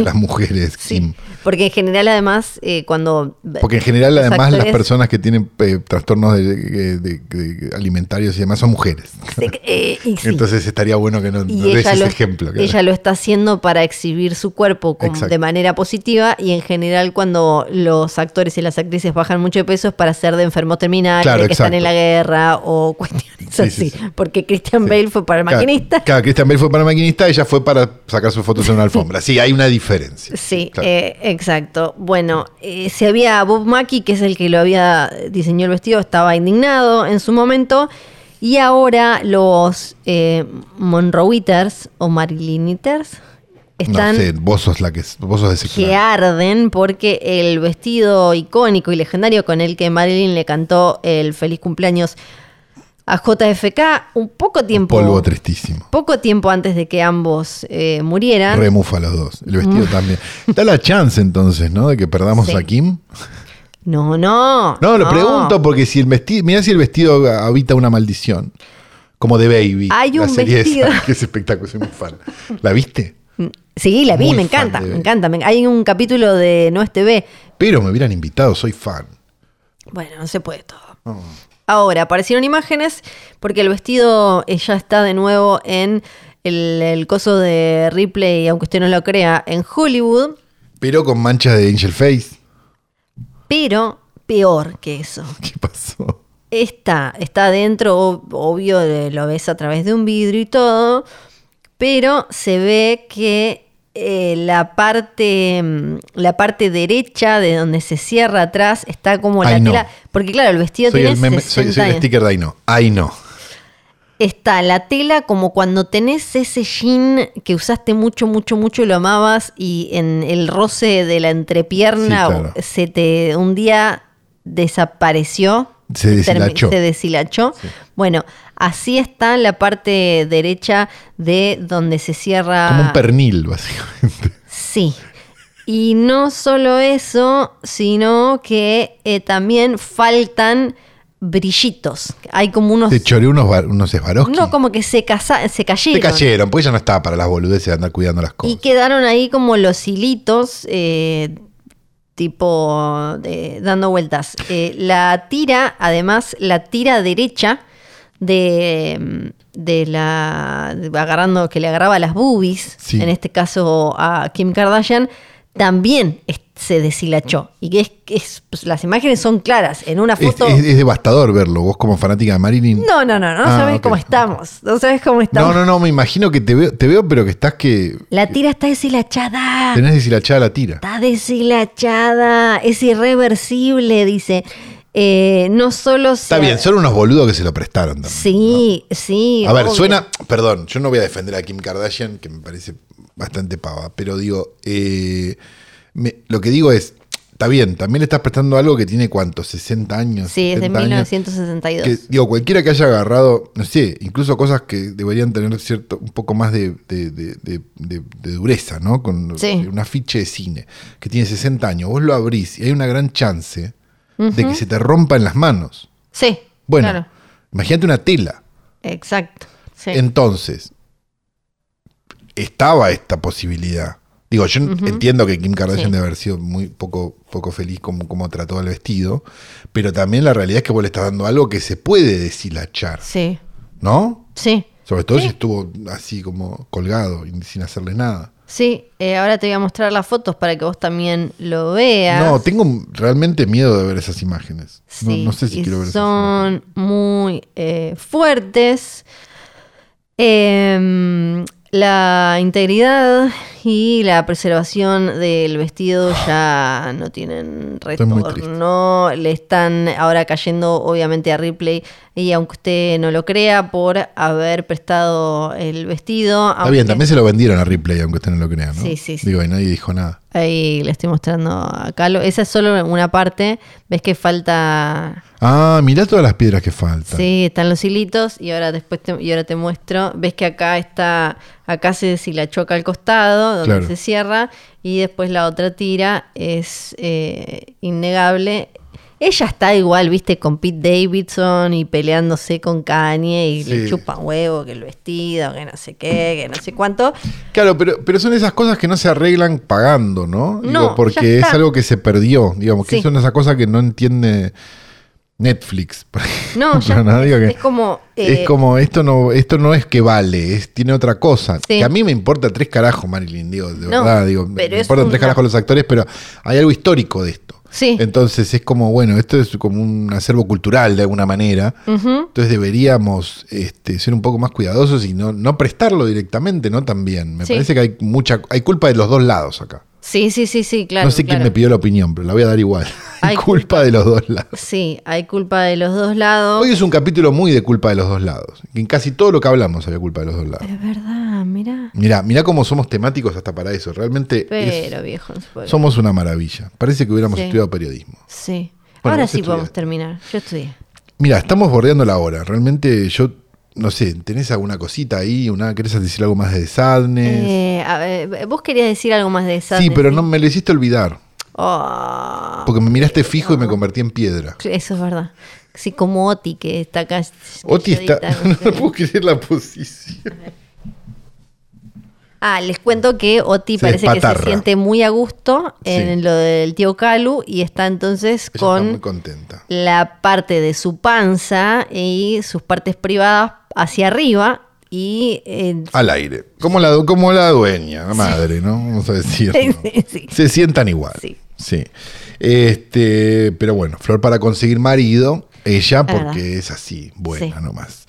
B: [LAUGHS]
C: a las mujeres, Kim.
B: sí, porque en general además eh, cuando...
C: Porque en general,
B: los
C: además, las
B: actores-
C: personas que tienen eh, trastornos de- de- de- de alimentarios y demás son mujeres.
B: [LAUGHS] Eh, y sí.
C: Entonces estaría bueno que no,
B: Y
C: no des
B: ella,
C: ese
B: lo,
C: ejemplo. claro.
B: ella lo está haciendo para exhibir su cuerpo con-
C: Exacto.
B: de manera positiva y en general cuando los actores y las actrices bajan mucho de peso es para ser de enfermos terminales,
C: Claro,
B: que están
C: exacto.
B: en la guerra o [LAUGHS] cuestiones
C: Sí,
B: así.
C: sí,
B: Porque Christian Bale fue para el
C: Claro,
B: maquinista.
C: Claro, Christian Bale fue para maquinista, ella fue para sacar sus fotos en una alfombra. Sí, hay una diferencia.
B: Sí,
C: Claro.
B: eh, exacto. Bueno, eh, se había Bob Mackie, que es el que lo había diseñó el vestido, estaba indignado en su momento. Y ahora los eh, Monroeiters o Marilyniters están
C: no sé, vos sos la que vos sos de ese
B: que
C: clan.
B: arden porque el vestido icónico y legendario con el que Marilyn le cantó el feliz cumpleaños a JFK un poco tiempo
C: Polvo tristísimo.
B: poco tiempo antes de que ambos eh, murieran
C: Remufa los dos. El vestido también. Da la chance entonces, ¿no? De que perdamos
B: Mm. Sí.
C: a Kim.
B: no no
C: No, lo pregunto porque si el vestido. Mirá si el vestido habita una maldición. Como de Baby.
B: Hay
C: la
B: un
C: serie
B: vestido.
C: esa, [LAUGHS] que es espectáculo, soy muy fan. ¿La viste?
B: Mm, sí la vi
C: Muy
B: me
C: fan
B: encanta
C: de-
B: me encanta me- hay un capítulo de No es TV
C: Pero me hubieran invitado, soy fan.
B: Bueno, no se puede todo.
C: Mm.
B: Ahora, aparecieron imágenes porque el vestido eh, ya está de nuevo en el, el coso de Ripley, aunque usted no lo crea, en Hollywood,
C: Pero con manchas de Angel Face. [LAUGHS]
B: pero peor que eso.
C: ¿Qué pasó?
B: Esta está dentro, ob- obvio, de- lo ves a través de un vidrio y todo, pero se ve que eh, la parte mm, la parte derecha de donde se cierra atrás está como la
C: Ay, no.
B: tela, porque claro, el vestido
C: Soy
B: tiene
C: el, meme- soy-
B: 60
C: soy el
B: años.
C: sticker de Ay no. Ay no.
B: está la tela como cuando tenés ese jean que usaste mucho, mucho, mucho y lo amabas y en el roce de la entrepierna
C: Sí, claro.
B: se te un día desapareció.
C: Se deshilachó.
B: termi- se deshilachó. Bueno, así está la parte derecha de donde se cierra.
C: Como un
B: [LAUGHS]
C: pernil, básicamente.
B: Sí. Y no solo eso, sino que eh, también faltan brillitos. Hay como unos.
C: Te choreó unos, va- unos Swarovski.
B: No, como que se, casa, se
C: Te
B: cayeron.
C: cayeron, porque ya no estaba para las boludeces de andar cuidando las
B: Y
C: cosas.
B: quedaron ahí como los hilitos, eh, tipo de- dando vueltas. Eh, la tira, además, la tira derecha de, de la. de- agarrando, que le agarraba las boobies,
C: Sí.
B: en este caso a Kim Kardashian, también es- se deshilachó. Y que es, es- pues, las imágenes son claras. En una
C: Es,
B: foto.
C: es- es devastador verlo, vos como fanática de Marilyn.
B: No, no, no, no
C: Ah,
B: sabes
C: ok.
B: cómo estamos. No sabes cómo estamos.
C: No, no, no, me imagino que te veo, te veo pero que estás que
B: La tira está deshilachada.
C: tenés deshilachada la tira.
B: Está deshilachada, es irreversible, dice. Eh, no solo se-
C: Está bien, son unos boludos que se lo prestaron también.
B: Sí, sí.
C: A ver,
B: obvio.
C: suena, perdón, yo no voy a defender a Kim Kardashian, que me parece bastante pava, pero digo, eh, me- lo que digo es, está bien, también le estás prestando algo que tiene cuánto, 60 años.
B: Sí, es de
C: 70 años, que,
B: 1962.
C: digo, cualquiera que haya agarrado, no sé, incluso cosas que deberían tener cierto, un poco más de, de- de- de- de- de dureza, ¿no? Con
B: Sí.
C: un afiche de cine que tiene 60 años, vos lo abrís y hay una gran chance de que se te rompa en las manos.
B: Sí.
C: Bueno,
B: claro,
C: imagínate una tela.
B: exacto. sí.
C: Entonces, estaba esta posibilidad. Digo, yo entiendo que Kim Kardashian
B: Sí.
C: debe haber sido muy poco, poco feliz como, como trató el vestido, pero también la realidad es que vos le estás dando algo que se puede deshilachar,
B: Sí,
C: ¿no?
B: sí.
C: Sobre todo
B: Sí.
C: si estuvo así como colgado y sin hacerle nada.
B: Sí, Eh, ahora te voy a mostrar las fotos para que vos también lo veas.
C: No, tengo realmente miedo de ver esas imágenes. No-
B: Sí,
C: no, sé si
B: y
C: quiero ver esas imágenes.
B: Son muy eh, fuertes. Em, la integridad y la preservación del vestido ya no tienen
C: Ah. muy
B: retorno. Le están ahora cayendo, obviamente, a Ripley. Y aunque usted no lo crea, por haber prestado el vestido.
C: Está bien,
B: aunque-
C: también se lo vendieron a Ripley, aunque usted no lo crea, ¿no?
B: Sí, sí, sí.
C: Digo, y nadie dijo nada.
B: Ahí le estoy mostrando a Calo. Esa es solo una parte. Ves que falta
C: Ah, mirá todas las piedras que faltan.
B: Sí, están los hilitos y ahora después te, y ahora te muestro. Ves que acá está, acá se deshilachó acá al costado, donde
C: Claro.
B: se cierra, y después la otra tira es eh, innegable. Ella está igual, viste, con Pete Davidson y peleándose con Kanye y le
C: Sí.
B: chupan huevo, que el vestido, que no sé qué, que no sé cuánto.
C: Claro, pero, pero son esas cosas que no se arreglan pagando, ¿no?
B: No,
C: Digo,
B: ya
C: porque
B: está.
C: es algo que se perdió, digamos, que
B: Sí.
C: son esas cosas que no entiende Netflix. por [LAUGHS]
B: No,
C: ejemplo,
B: ya
C: Digo que-
B: es como, eh,
C: es como, esto no, esto no es que vale, es, tiene otra cosa.
B: Sí.
C: Que a mí me importa tres carajos, Marilyn, digo, de
B: No,
C: verdad, digo, me-
B: pero
C: me
B: es
C: importan
B: una-
C: tres carajos los actores, pero hay algo histórico de esto.
B: Sí.
C: Entonces es como, bueno, esto es como un acervo cultural de alguna manera.
B: Ujú.
C: Entonces deberíamos este, ser un poco más cuidadosos y no, no prestarlo directamente, ¿no? También. Me
B: Sí.
C: parece que hay mucha hay culpa de los dos lados acá.
B: Sí, sí, sí, sí, claro.
C: no sé
B: claro.
C: quién me pidió la opinión, pero la voy a dar igual.
B: [LAUGHS] Hay
C: Hay [LAUGHS] culpa, de los dos lados.
B: Sí, hay culpa de los dos lados.
C: Hoy es un capítulo muy de culpa de los dos lados. En casi todo lo que hablamos había culpa de los dos lados.
B: Es verdad, mirá.
C: Mirá, mirá cómo somos temáticos hasta para eso. Realmente es-
B: Pero viejo, no se puede.
C: somos una maravilla. Parece que hubiéramos
B: Sí.
C: estudiado periodismo.
B: Sí.
C: Bueno,
B: Ahora
C: vos
B: sí podemos
C: estudiaste.
B: terminar. Yo estudié.
C: Mira, estamos bordeando la hora. Realmente yo, no sé, ¿tenés alguna cosita ahí? Una, ¿Querés decir algo más de Sadness?
B: Eh, a ver, vos querías decir algo más de esa.
C: Sí, pero no me lo hiciste olvidar.
B: Oh,
C: Porque me miraste fijo y me convertí en piedra.
B: eso es verdad. Sí, como Oti, que está acá.
C: Oti está. [LAUGHS] No
B: estrelladita.
C: puedo creer la posición.
B: Ah, les cuento que Oti
C: Se
B: parece que se
C: despatarra.
B: siente muy a gusto en
C: Sí.
B: lo del tío Calu y está entonces
C: Ella está muy
B: con
C: contenta.
B: la parte de su panza y sus partes privadas hacia arriba y [LAUGHS] eh,
C: Al aire. Como la, du- como la dueña, la madre, ¿no? Vamos a decir.
B: [LAUGHS] Sí, sí.
C: Se sientan igual.
B: Sí.
C: Sí. Este, pero bueno, Flor para conseguir marido, ella,
B: verdad.
C: porque es así, buena
B: Sí.
C: nomás.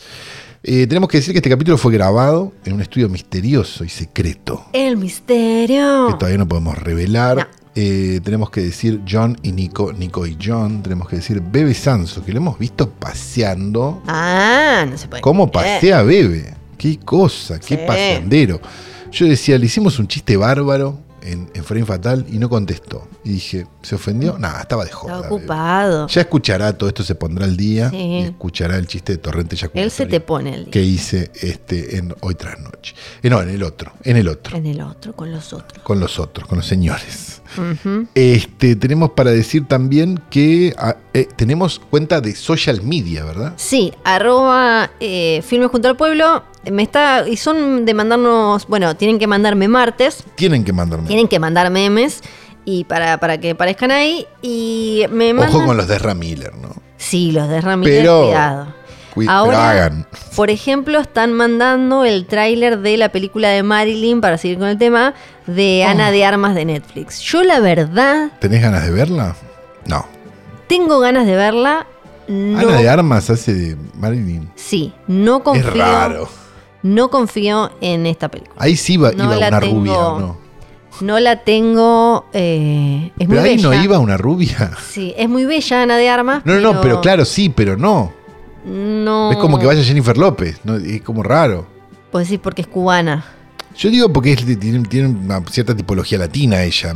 C: Eh, tenemos que decir que este capítulo fue grabado en un estudio misterioso y secreto.
B: el misterio.
C: Que todavía no podemos revelar.
B: Ah. No.
C: eh, tenemos que decir John y Nico, Nico y John, tenemos que decir Bebe Sanso, que lo hemos visto paseando.
B: Ah, no se puede.
C: ¿Cómo
B: creer.
C: pasea Bebe? Qué cosa, qué
B: Sí.
C: pasandero. Yo decía, le hicimos un chiste bárbaro en, en Frame Fatal y no contestó. Y dije, ¿se ofendió? Nada, estaba de joda.
B: Está
C: Bebe.
B: Mm. ocupado.
C: Ya escuchará todo esto, se pondrá al día
B: Sí.
C: y escuchará el chiste de Torrente
B: Él se te
C: Yaculatorio
B: pone el
C: que hice este en hoy tras noche. Eh, no, en el otro, en el otro,
B: en el otro con los otros.
C: con los otros, con los señores.
B: Ujú.
C: Este, tenemos para decir también que ah, eh, tenemos cuenta de social media, ¿verdad?
B: Sí, arroba eh, Filmes Junto al Pueblo. Me está. Y son de mandarnos. Bueno, tienen que mandarme martes.
C: Tienen que mandarme.
B: Tienen que mandar memes. Y para, para que aparezcan ahí. Y me mandan.
C: Ojo con los de Ramiller, ¿no?
B: Sí, los de Ramírez,
C: Pero-
B: cuidado.
C: Cui- pero
B: Ahora,
C: hagan.
B: por ejemplo, están mandando el tráiler de la película de Marilyn, para seguir con el tema,
C: Oh.
B: de Ana de Armas de Netflix. Yo la verdad
C: ¿Tenés ganas de verla? No.
B: tengo ganas de verla. No,
C: Ana de Armas hace de Marilyn.
B: sí, no confío.
C: Es raro.
B: No confío en esta película.
C: Ahí sí iba,
B: No
C: iba
B: la
C: una
B: tengo.
C: rubia, ¿no?
B: No la tengo. eh, es
C: Pero
B: muy
C: ahí
B: bella.
C: no iba una rubia.
B: Sí, es muy bella Ana de Armas.
C: No, no, no, pero claro, sí, pero no.
B: No.
C: Es como que vaya Jennifer López, ¿no? es como raro.
B: Pues sí, porque es cubana.
C: Yo digo porque es- tiene, tiene una cierta tipología latina ella.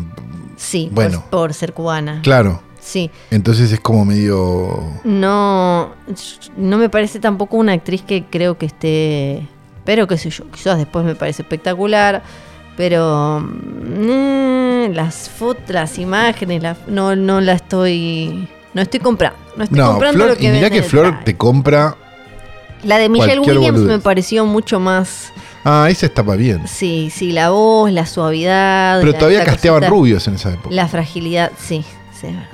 B: Sí, por-
C: Bueno.
B: por, ser cubana.
C: Claro.
B: Sí.
C: Entonces es como medio.
B: No, no me parece tampoco una actriz que creo que esté. Pero qué sé yo, quizás después me parece espectacular. Pero mm, las fotos, las imágenes, la- no, no la estoy. No estoy comprando. No estoy
C: No,
B: comprando
C: Flor,
B: lo que
C: y mirá
B: vende
C: que
B: el
C: Flor
B: Pride.
C: te compra.
B: La de Michelle
C: cualquier
B: Williams
C: boludez.
B: me pareció mucho más.
C: Ah, esa estaba bien.
B: Sí, sí, la voz, la suavidad.
C: Pero
B: la-
C: todavía
B: la
C: casteaban
B: cosita-
C: rubios en esa época.
B: La fragilidad, sí, sí, es verdad.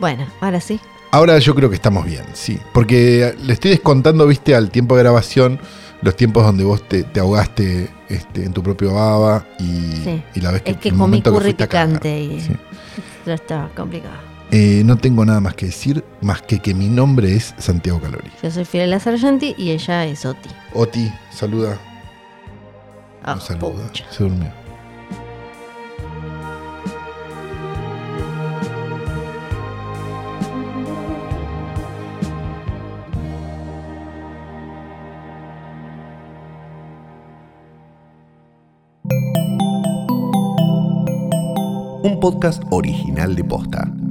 B: Bueno, ahora sí.
C: Ahora yo creo que estamos bien, sí. Porque le estoy descontando, viste, al tiempo de grabación, los tiempos donde vos te, te ahogaste este, en tu propio baba y,
B: Sí.
C: y la vez que,
B: Es que
C: el
B: comí
C: momento que
B: curry
C: fuiste a cagar.
B: picante y
C: Sí.
B: [LAUGHS] ya está complicado.
C: Eh, no tengo nada más que decir, más que que mi nombre es Santiago Calori.
B: Yo soy Fiorella Sargenti y ella es Oti.
C: Oti, saluda.
B: Ah,
C: no saluda.
B: pucha.
C: Se durmió.
A: Un podcast original de Posta.